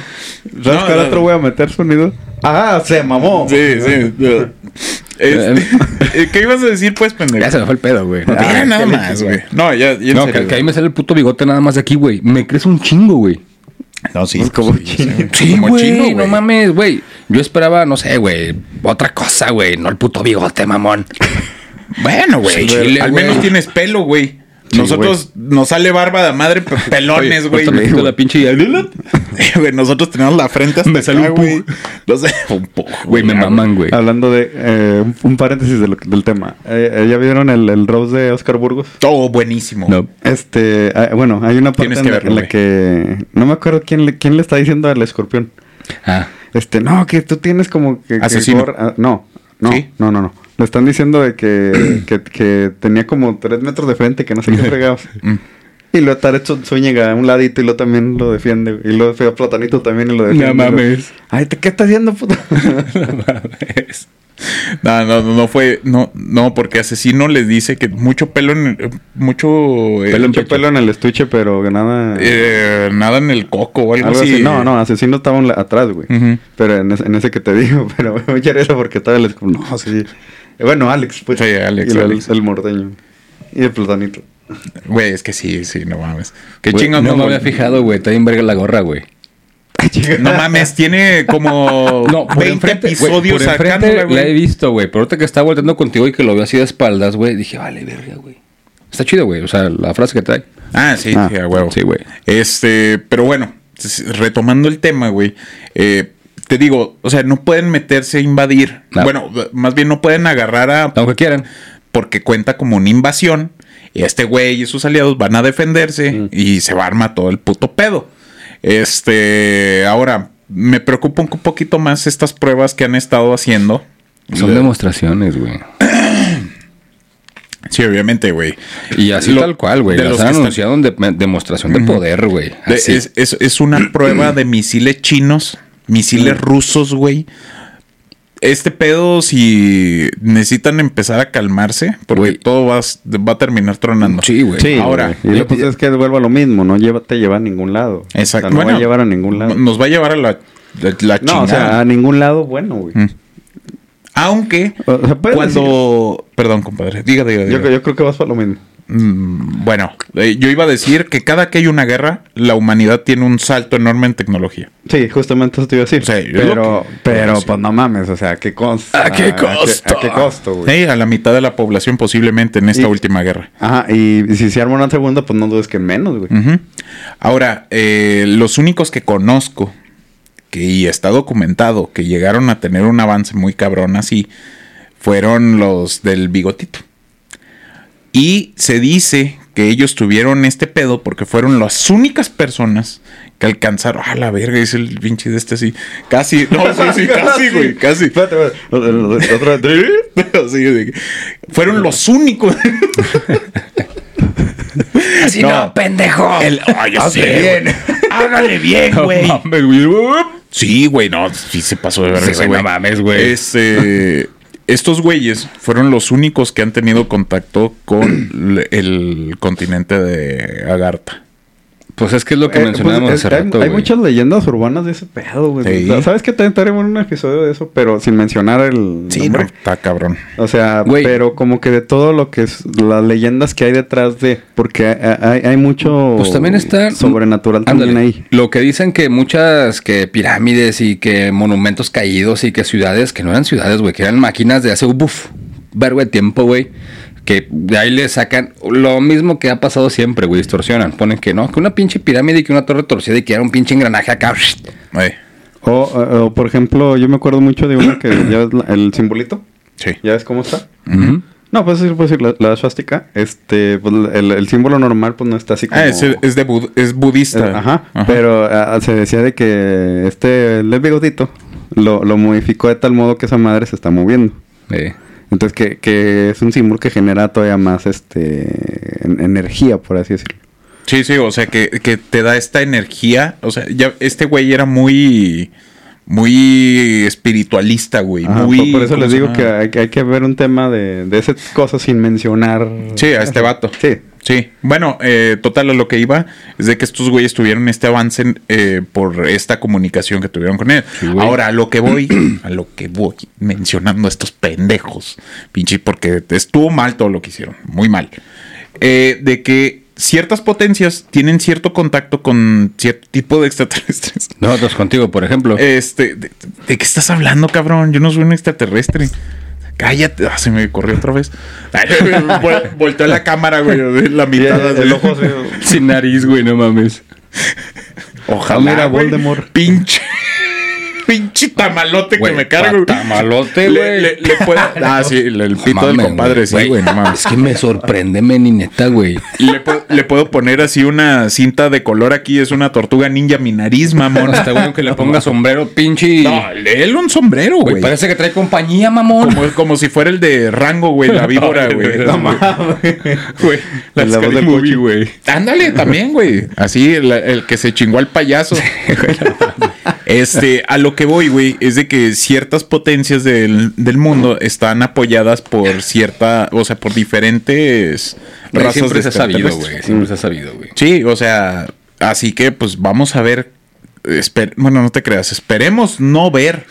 B: ¿Sabes
A: No,
B: cuál
A: no,
B: otro voy a meter sonido? ¡Ah, se mamó!
A: Sí, sí. no. Este, ¿Qué ibas a decir, pues, pendejo?
C: Ya se me fue el pedo, güey.
A: Ah,
C: Ah,
A: nada más, güey. No, ya, ya en
C: No,
A: serio,
C: que, que
A: güey.
C: ahí me sale el puto bigote nada más de aquí, güey. Me crece un chingo, güey.
A: No, sí.
B: como
A: sí,
B: chino.
A: sí,
C: Sí,
A: como chino,
C: güey. No mames, güey. Yo esperaba, no sé, güey, otra cosa, güey. No el puto bigote, mamón.
A: Bueno, güey.
C: Chile,
A: Al menos
C: güey.
A: tienes pelo, güey. Nosotros nos sale barba de madre, pero pelones, güey.
C: Ahorita me quito la pinche...
A: Eh, güey, Nosotros tenemos la frente hasta
C: Me sale
A: acá,
C: un
A: güey.
C: pug.
A: No sé, un pug,
C: Güey, me
A: ya,
C: maman, güey.
B: Hablando de eh, un- un paréntesis de lo- del tema. Eh, eh, ¿Ya vieron el, el Rose de Oscar Burgos?
A: Todo buenísimo.
B: Este, ah, bueno, hay una parte
A: Tienes
B: en,
A: que
B: la-
A: verlo,
B: en la
A: güey.
B: que no me acuerdo quién le, quién le está diciendo al escorpión.
C: Ah,
B: Este, no, que tú tienes como que. que
A: Asesino.
B: gor- ah, no, no,
A: ¿Sí?
B: no, no, no. Le están diciendo de que, que, que tenía como tres metros de frente, que no sé qué fregados.
A: Mm.
B: Y luego Tarek Zu- Zúñiga a un ladito y lo también lo defiende. güey. Y luego fue a Platanito también y lo defiende. Y luego,
C: mames.
B: Ay, ¿te- ¿qué estás haciendo, puto?
A: No, no, no, no fue, no, no, porque asesino les dice que mucho pelo en, el- mucho, eh,
B: Pelo en
A: mucho
B: pelo en el estuche, pero que nada.
A: eh, nada en el coco o algo,
B: algo
A: así.
B: así. No, no, asesino estaba un la- atrás, güey.
A: Ujú.
B: Pero en ese, en ese que te digo, pero me mucha risa porque estaba el. escu- No, sí. Eh, Bueno, Alex, pues.
A: Sí, Alex,
B: Y lo-
A: Alex.
B: El mordeño. Y el platanito.
A: Güey, es que sí, sí, no mames. Qué
C: güey,
A: chingón.
C: No me
A: güey.
C: había fijado, güey. Está bien verga la gorra, güey.
A: No mames, tiene como
C: No, por
A: 20
C: enfrente, güey,
A: Oh, episodios
C: por enfrente
A: sacándola,
C: La he
A: güey.
C: visto, güey. Pero ahorita que estaba volteando contigo y que lo veo así de espaldas, güey, dije, vale, verga, güey. Está chido, güey. O sea, la frase que trae.
A: Ah, sí,
B: Ah,
A: sí, a huevo.
C: sí, güey.
A: Este, pero bueno, s- retomando el tema, güey. eh, te digo, o sea, no pueden meterse a invadir.
C: No.
A: Bueno, más bien no pueden agarrar a
C: Aunque quieran.
A: porque cuenta como una invasión. Y este güey y sus aliados van a defenderse
C: Mm.
A: y se va a armar todo el puto pedo. Este, ahora, me preocupa un poquito más estas pruebas que han estado haciendo.
C: Son
A: Le-
C: demostraciones, güey.
A: Sí, obviamente, güey.
C: Y así
A: Lo-
C: tal cual, güey.
A: de
C: Las
A: los
C: han
A: que están-
C: anunciado en de- demostración de poder, güey.
A: De-
C: Así.
A: es, es- es una prueba de misiles chinos, misiles
B: Mm.
A: rusos, güey. Este pedo, si necesitan empezar a calmarse, porque
C: Güey.
A: todo va, a- va a terminar tronando.
C: Sí, güey.
A: Sí, Ahora,
B: Y lo que pasa pues, es que vuelvo a lo mismo, no lleva, te lleva a ningún lado.
A: Exacto.
B: O sea, no va
A: Bueno,
B: a llevar a ningún lado.
A: Nos va a llevar a la, la- la chingada.
B: No, o sea, ah, a ningún lado bueno, güey.
A: Mm. Aunque
B: O sea, puedes
A: cuando... Perdón, compadre. Diga, diga, diga.
B: Yo, yo creo que vas para lo mismo.
A: Mm, bueno, eh, yo iba a decir que cada que hay una guerra, la humanidad tiene un salto enorme en tecnología.
B: Sí, justamente eso te iba a decir.
A: Sí, es lo
B: pero,
A: que-
B: pero
A: sí.
B: pues no mames, o sea, ¿a qué costo?
C: ¿A qué
B: ¿A qué,
C: costo?
B: a qué costo, güey?
A: Sí, a la mitad de la población posiblemente en esta
B: Y-
A: última guerra.
B: Ajá, y si se arma una segunda,
A: Mm.
B: pues no dudes que menos, güey.
A: Ujú. Ahora, eh, los únicos que conozco que y está documentado que llegaron a tener un avance muy cabrón así fueron los del bigotito. Y se dice que ellos tuvieron este pedo porque fueron las únicas personas que alcanzaron. Ah, la verga, es el pinche de este así. Casi, no, sí, sí, casi, güey, casi.
B: Espérate, espérate. Otra vez.
A: Así de que- fueron los únicos.
D: Así no, pendejo.
A: El, ay, yo sé, güey.
D: Hágale bien, güey.
A: No mames, güey. Sí, güey, no, sí se pasó de verga,
C: Sí,
A: ese
C: güey,
A: güey.
C: no mames, güey.
A: Este, estos güeyes fueron los únicos que han tenido contacto con el continente de Agartha.
C: Pues es que es lo que
B: Eh,
C: mencionábamos
B: pues,
C: hace
B: eh, hay-
C: rato,
B: Hay
C: güey.
B: muchas leyendas urbanas de ese pedo, güey.
A: Sí.
B: O sea, ¿Sabes que también tenemos un episodio de eso, pero sin mencionar
A: no,
B: el nombre?
A: está cabrón.
B: O sea,
C: Güey.
B: pero como que de todo lo que es las leyendas que hay detrás de, porque hay, hay- hay mucho
C: Pues también está...
B: sobrenatural también
C: Ándale.
B: ahí.
C: Lo que dicen que muchas que pirámides y que monumentos caídos y que ciudades que no eran ciudades, güey, que eran máquinas de hace un buf, vergo de tiempo, güey. Que de ahí le sacan lo mismo que ha pasado siempre, güey, distorsionan. Ponen que no, que una pinche pirámide y que una torre torcida y que era un pinche engranaje acá.
A: Eh,
B: O, o- o, por ejemplo, yo me acuerdo mucho de uno que ya ves la- el simbolito,
A: sí.
B: ya ves cómo está.
C: Ujú.
B: No, pues sí, pues sí, la, la swastika, este, pues, el, el símbolo normal pues no está así como...
A: Ah, es, es de bud- es budista.
B: Eh, Ajá, Pero ah, se decía de que este, el bigotito, lo, lo modificó de tal modo que esa madre se está moviendo.
C: Eh,
B: Entonces, que, que es un símbolo que genera todavía más este en- energía, por así decirlo.
A: Sí, sí, o sea, que, que te da esta energía. O sea, ya este güey era muy. Muy espiritualista, güey.
B: Ajá,
A: muy,
B: por, por eso
A: ¿cómo
B: les
A: se
B: digo
A: llama?
B: que hay, que hay que ver un tema de, de esas cosas sin mencionar.
A: Sí, a este vato.
B: Sí.
A: Sí, bueno, eh, total a lo que iba es de que estos güeyes tuvieron este avance eh, por esta comunicación que tuvieron con él.
C: güey.
A: Ahora, a lo que voy, a lo que voy, mencionando a estos pendejos, pinche, porque estuvo mal todo lo que hicieron, muy mal. Eh, de que ciertas potencias tienen cierto contacto con cierto tipo de extraterrestres.
C: Nosotros contigo, por ejemplo.
A: Este, ¿de, de qué estás hablando, cabrón? Yo no soy un extraterrestre. Cállate. Ah, se me corrió otra vez. Ay, vol- volteó la cámara, güey. de La mitad.
B: El- el ojo se-
C: Sin nariz, güey, no mames.
A: Ojalá.
B: Ah, mira,
A: güey.
B: Voldemort.
A: Pinche. Pinche tamalote
C: Güey,
A: que me cargo. güey.
C: tamalote,
A: Le,
C: güey.
A: le, le puedo. Ah, sí, el, el pito del
C: Mames,
A: compadre, sí, güey, no mames.
C: Es que me sorprende, men, neta, güey.
A: Le, puedo- le puedo poner así una cinta de color aquí. Es una tortuga ninja, mi nariz, mamón.
C: Bueno, este güey que le ponga sombrero, pinche.
A: No, él un sombrero,
C: Güey,
A: güey.
C: parece que trae compañía, mamón.
A: Como, como si fuera el de Rango, güey, la víbora, güey.
C: No
B: ah,
A: Güey, la
B: La voz
A: Scary
B: del
A: Movie,
B: Pochi.
A: güey. Ándale, también, güey. Así, el, el que se chingó al payaso. este, a lo que voy, güey, es de que ciertas potencias del, del mundo están apoyadas por cierta, o sea, por diferentes
C: Güey,
A: razas
C: siempre
A: de
C: se ha sabido,
A: extraterrestres.
C: güey. Siempre se ha sabido, güey.
A: Sí, o sea, así que pues vamos a ver. esper- bueno, no te creas, esperemos no ver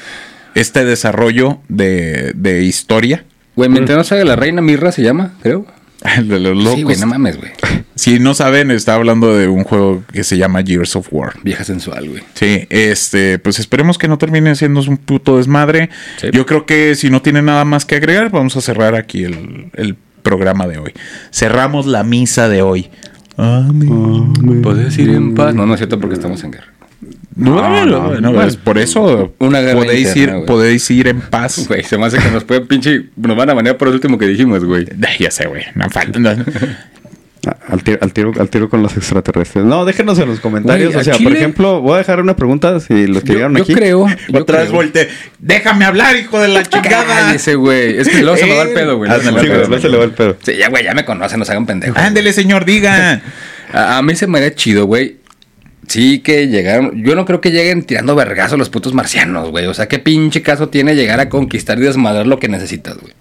A: este desarrollo de, de historia.
C: Güey, mientras no salga la reina Mirra, se llama, creo.
A: De los
C: Sí,
A: locos.
C: güey, no pues mames, güey.
A: si no saben, está hablando de un juego que se llama Gears of War.
C: Vieja sensual, güey.
A: Sí, este, pues esperemos que no termine siendo un puto desmadre.
C: Sí.
A: Yo creo que si no tiene nada más que agregar, vamos a cerrar aquí el, el programa de hoy. Cerramos la misa de hoy.
C: Ah, ¿Podés ir Pues en paz? No, no es cierto porque estamos en guerra.
A: No, no, no, es pues por eso
C: Una guerra
A: podéis
C: interna,
A: ir,
C: güey.
A: podéis ir en paz.
C: Güey, se me hace que nos pueden pinche. Nos van a banear por el último que dijimos, güey.
A: Ay, Ya sé, güey. No falta. no.
B: A- Ah, Al tiro, al, tiro, al tiro con los extraterrestres. No, déjenos en los comentarios.
C: Güey,
B: o
C: a
B: sea, por
C: Chile-
B: ejemplo, voy a dejar una pregunta si los que
C: Yo-
B: llegaron
C: yo
B: aquí.
C: creo- yo
A: Otra vez
C: creo.
A: volteé. Déjame hablar, hijo de la chingada.
C: Cállese, güey. Es que luego se me va el
A: Eh,
C: pedo, güey.
B: Ah,
C: Luego se
B: sí,
C: me va el
B: güey,
C: pedo,
B: no se le va el pedo.
C: Sí, ya, güey, ya me conocen, nos hagan pendejos.
A: Ándele, señor, diga.
C: A, a mí se me haría chido, güey. Sí que llegaron. Yo no creo que lleguen tirando vergazo los putos marcianos, güey. O sea, qué pinche caso tiene llegar a conquistar y desmadrar lo que necesitas, güey.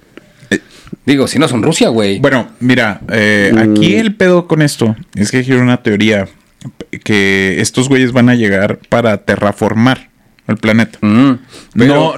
C: Digo, si no son Rusia, güey.
A: Eh. Bueno, mira, eh, aquí
C: Mm.
A: el pedo con esto es que gira una teoría que estos güeyes van a llegar para terraformar el planeta.
C: Mm, pero-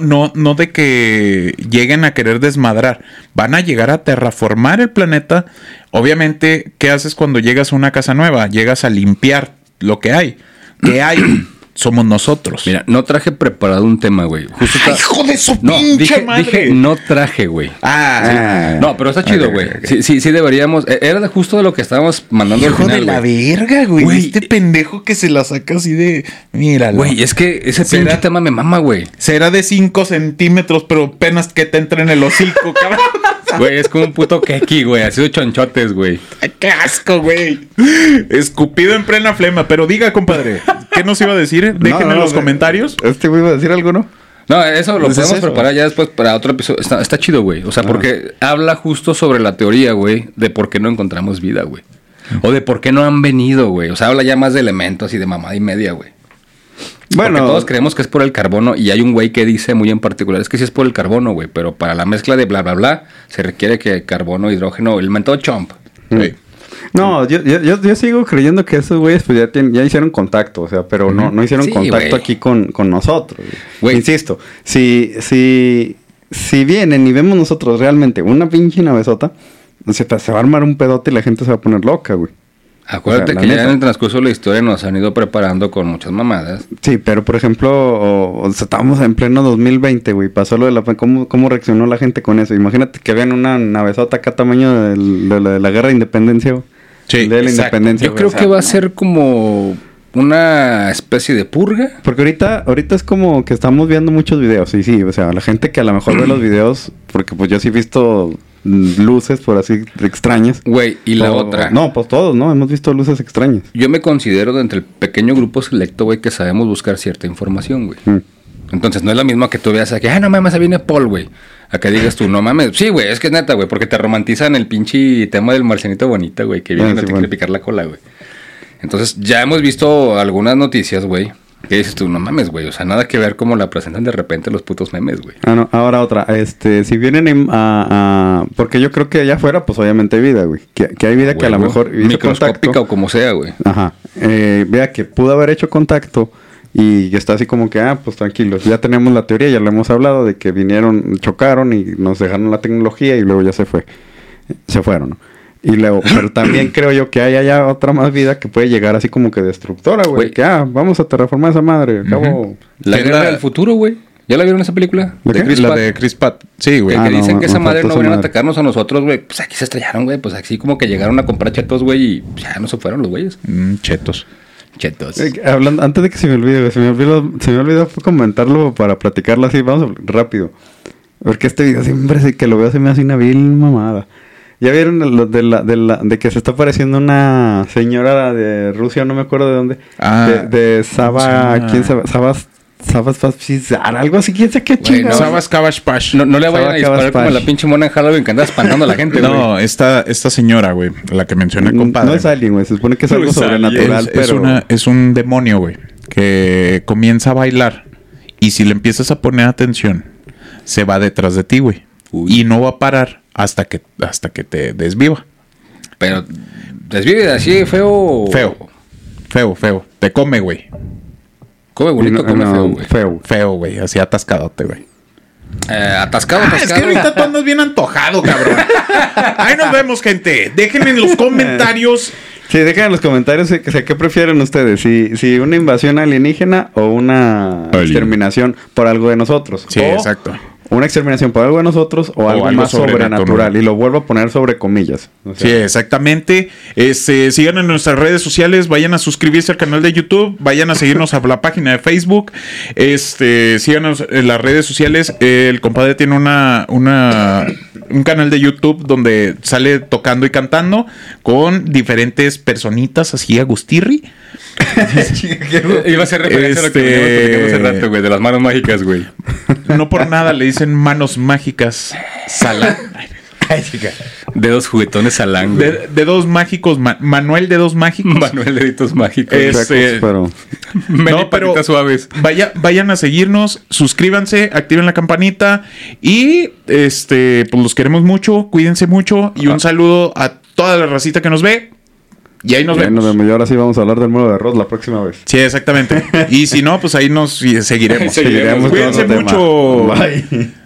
A: No, no, no de que lleguen a querer desmadrar. Van a llegar a terraformar el planeta. Obviamente, ¿qué haces cuando llegas a una casa nueva? Llegas a limpiar lo que hay. ¿Qué hay? somos nosotros.
C: Mira, no traje preparado un tema, güey. Justo
A: ¡Ay,
C: está-
A: hijo de su
C: No,
A: pinche
C: dije,
A: madre!
C: dije, no traje, güey.
A: ah,
C: No, pero está chido, güey. Sí, sí, sí deberíamos. eh, Era de justo de lo que estábamos mandando al
A: hijo
C: final,
A: de la
C: güey.
A: verga, güey.
C: Güey,
A: Este
C: eh,
A: pendejo que se la saca así de. Míralo.
C: Güey, es que ese
A: Sí,
C: pinche
A: era-
C: tema me mama, güey.
A: Será de 5 centímetros, pero apenas que te entre en el hocico, cabrón.
C: Güey, es como un puto keki, güey. Ha sido chonchotes, güey.
A: ¡Qué asco, güey! Escupido en plena flema. Pero diga, compadre, ¿qué nos iba a decir? Déjenme
B: no,
A: en los
B: güey.
A: comentarios.
B: Este güey iba a decir algo, ¿no?
C: No, eso Ah. lo
B: Pues es
C: podemos
B: eso.
C: preparar ya después para otro episodio. Está, está chido, güey. O sea, porque habla justo sobre la teoría, güey, de por qué no encontramos vida, güey. O de por qué no han venido, güey. O sea, habla ya más de elementos y de mamada y media, güey. Bueno,
B: Bueno,
C: todos creemos que es por el carbono y hay un güey que dice muy en particular, es que sí es por el carbono, güey, pero para la mezcla de bla, bla, bla, se requiere que carbono, hidrógeno, el mentado chomp.
A: Güey.
B: no, yo, yo, yo, yo sigo creyendo que esos güeyes pues, ya, tienen- ya hicieron contacto, o sea, pero no, no hicieron
C: Sí,
B: contacto
C: güey.
B: aquí con, con nosotros.
C: Güey.
B: Insisto, si, si, si vienen y vemos nosotros realmente una pinche navezota, se, te- se va a armar un pedote y la gente se va a poner loca, güey.
C: Acuérdate
B: O sea, la
C: que ya
B: neta.
C: en el transcurso de la historia nos han ido preparando con muchas mamadas.
B: Sí, pero por ejemplo, o- o sea, estábamos en pleno 2020, güey. Pasó lo de la... pan- ¿Cómo, ¿Cómo reaccionó la gente con eso? Imagínate que habían una navezota acá tamaño del- de, la, de la guerra de independencia, güey.
A: Sí,
B: El día de la
A: exacto.
B: independencia.
C: Yo
B: güey,
C: creo
B: o sea,
C: que va a ser como una especie de purga.
B: Porque ahorita, ahorita es como que estamos viendo muchos videos, sí, sí, o sea, la gente que a lo mejor ve los videos, porque pues yo sí he visto mm, luces por así extrañas.
C: Güey, y la
B: O-
C: otra.
B: No, pues todos, ¿no? Hemos visto luces extrañas.
C: Yo me considero de entre el pequeño grupo selecto, güey, que sabemos buscar cierta información, güey.
B: Mm.
C: Entonces no es la misma que tú veas aquí, ah, no mames, ahí viene Paul, güey. A que digas tú, no mames. Sí, güey, es que es neta, güey, porque te romantizan el pinche tema del marcianito bonita, güey, que viene
B: Ah,
C: y no
B: sí,
C: te
B: bueno.
C: quiere picar la cola, güey. Entonces ya hemos visto algunas noticias, güey, que dices tú, no mames, güey. O sea, nada que ver cómo la presentan de repente los putos memes, güey.
B: Ah, no, ahora otra. Este, si vienen en- a, a- Porque yo creo que allá afuera, pues obviamente hay vida, güey. Que, que hay vida que a lo
C: Huevo,
B: mejor... hizo
C: Microscópica
B: contacto.
C: o como sea, güey.
B: Ajá. Eh, vea que pudo haber hecho contacto y está así como que, ah, pues tranquilos, ya tenemos la teoría, ya lo hemos hablado de que vinieron, chocaron y nos dejaron la tecnología y luego ya se fue. Se fueron. ¿no? Y luego, pero también creo yo que hay allá otra más vida que puede llegar así como que destructora,
C: Güey.
B: güey. Que, ah, vamos a terraformar esa madre. Acabo...
C: La
A: Que
C: guerra
A: la-
C: del futuro, güey. ¿Ya la vieron esa película?
B: ¿De qué?
A: ¿Eh? la
C: Pratt.
A: de Chris Pat. Sí, güey.
C: Güey,
B: Ah,
C: que
B: no,
C: dicen
B: me-
C: que esa
B: me
C: madre
B: faltó
C: no
B: esa
C: vinieron a
B: madre.
C: atacarnos a nosotros, güey. Pues aquí se estrellaron, güey. Pues así como que llegaron a comprar chetos, güey. Y pues ya no se fueron los güeyes.
A: Mm, chetos.
C: Chetos.
B: Eh, hablando, antes de que se me olvide, güey, se me olvidó, se me olvidó comentarlo para platicarlo así, vamos a- rápido. Porque este video siempre se- que lo veo se me hace una vil mamada. ¿Ya vieron el- lo de, la, de, la- de que se está apareciendo una señora de Rusia, no me acuerdo de dónde?
A: Ah,
B: de, de Saba,
A: sí. ah.
B: ¿quién sabe? Sabas, Sabas, Pazpizar, algo así, quién sabe qué
C: Güey,
B: chingados.
C: no,
A: Sabas Cabash Pash.
C: No, no le vayan
B: Estaba
C: a disparar
B: Cabas
C: como
B: Pash.
C: la pinche mona en Halloween que anda espantando a la gente, güey.
A: No, esta, esta señora, güey, la que mencioné,
B: No,
A: compadre.
B: es alien, güey, se supone que es algo
A: Pues,
B: sobrenatural,
A: es-
B: pero...
A: es, una- es un demonio, güey, que comienza a bailar y si le empiezas a poner atención, se va detrás de ti, güey. Y no va a parar hasta que, hasta que te desviva.
C: Pero desvive así feo.
A: Feo. Feo, feo. Te come, güey.
C: Come
B: y
C: bonito,
B: no-
C: come
B: no,
C: feo, güey.
B: feo.
A: Feo, güey. Así atascadote, güey.
C: Eh, atascado,
A: Ah, es que
C: atascado.
A: ahorita tú andas bien antojado, cabrón. Ahí nos vemos, gente. Déjenme en los comentarios.
B: Sí, dejen en los comentarios eh, que sea, qué prefieren ustedes, si, si una invasión alienígena o una
A: Alien.
B: exterminación por algo de nosotros.
A: Sí,
B: O
A: exacto.
B: Una exterminación por algo de nosotros o,
A: O
B: algo,
A: algo
B: más
A: sobrenatural.
B: sobrenatural. Y lo vuelvo a poner sobre comillas. O sea,
A: Sí, exactamente. Este, sigan en nuestras redes sociales, vayan a suscribirse al canal de YouTube, vayan a seguirnos a la página de Facebook, este, síganos en las redes sociales. Eh, El compadre tiene una, una, un canal de YouTube donde sale tocando y cantando con diferentes personitas, así Agustirri.
C: Iba a ser referencia a lo
A: Este-
C: que veníamos platicando hace rato, güey, de las manos mágicas, güey.
A: No por nada le dicen manos mágicas, sala.
C: Dedos juguetones alán, güey.
A: De, dedos mágicos, Ma- Manuel dedos mágicos.
C: Manuel Deditos Mágicos.
A: Eh,
B: tacos,
A: este-
B: pero-
C: Meni
A: no, pero-
C: patitas suaves.
A: Vaya, vayan a seguirnos, suscríbanse, activen la campanita y este, pues los queremos mucho, cuídense mucho y un saludo a toda la racita que nos ve. Y ahí nos
B: Ya
A: vemos.
B: nos vemos. Y ahora sí vamos a hablar del muro de arroz la próxima vez.
A: Sí, exactamente. Y si no, pues ahí nos y- seguiremos.
C: Seguiremos,
A: Cuídense
B: con otro tema.
A: mucho.
B: Bye.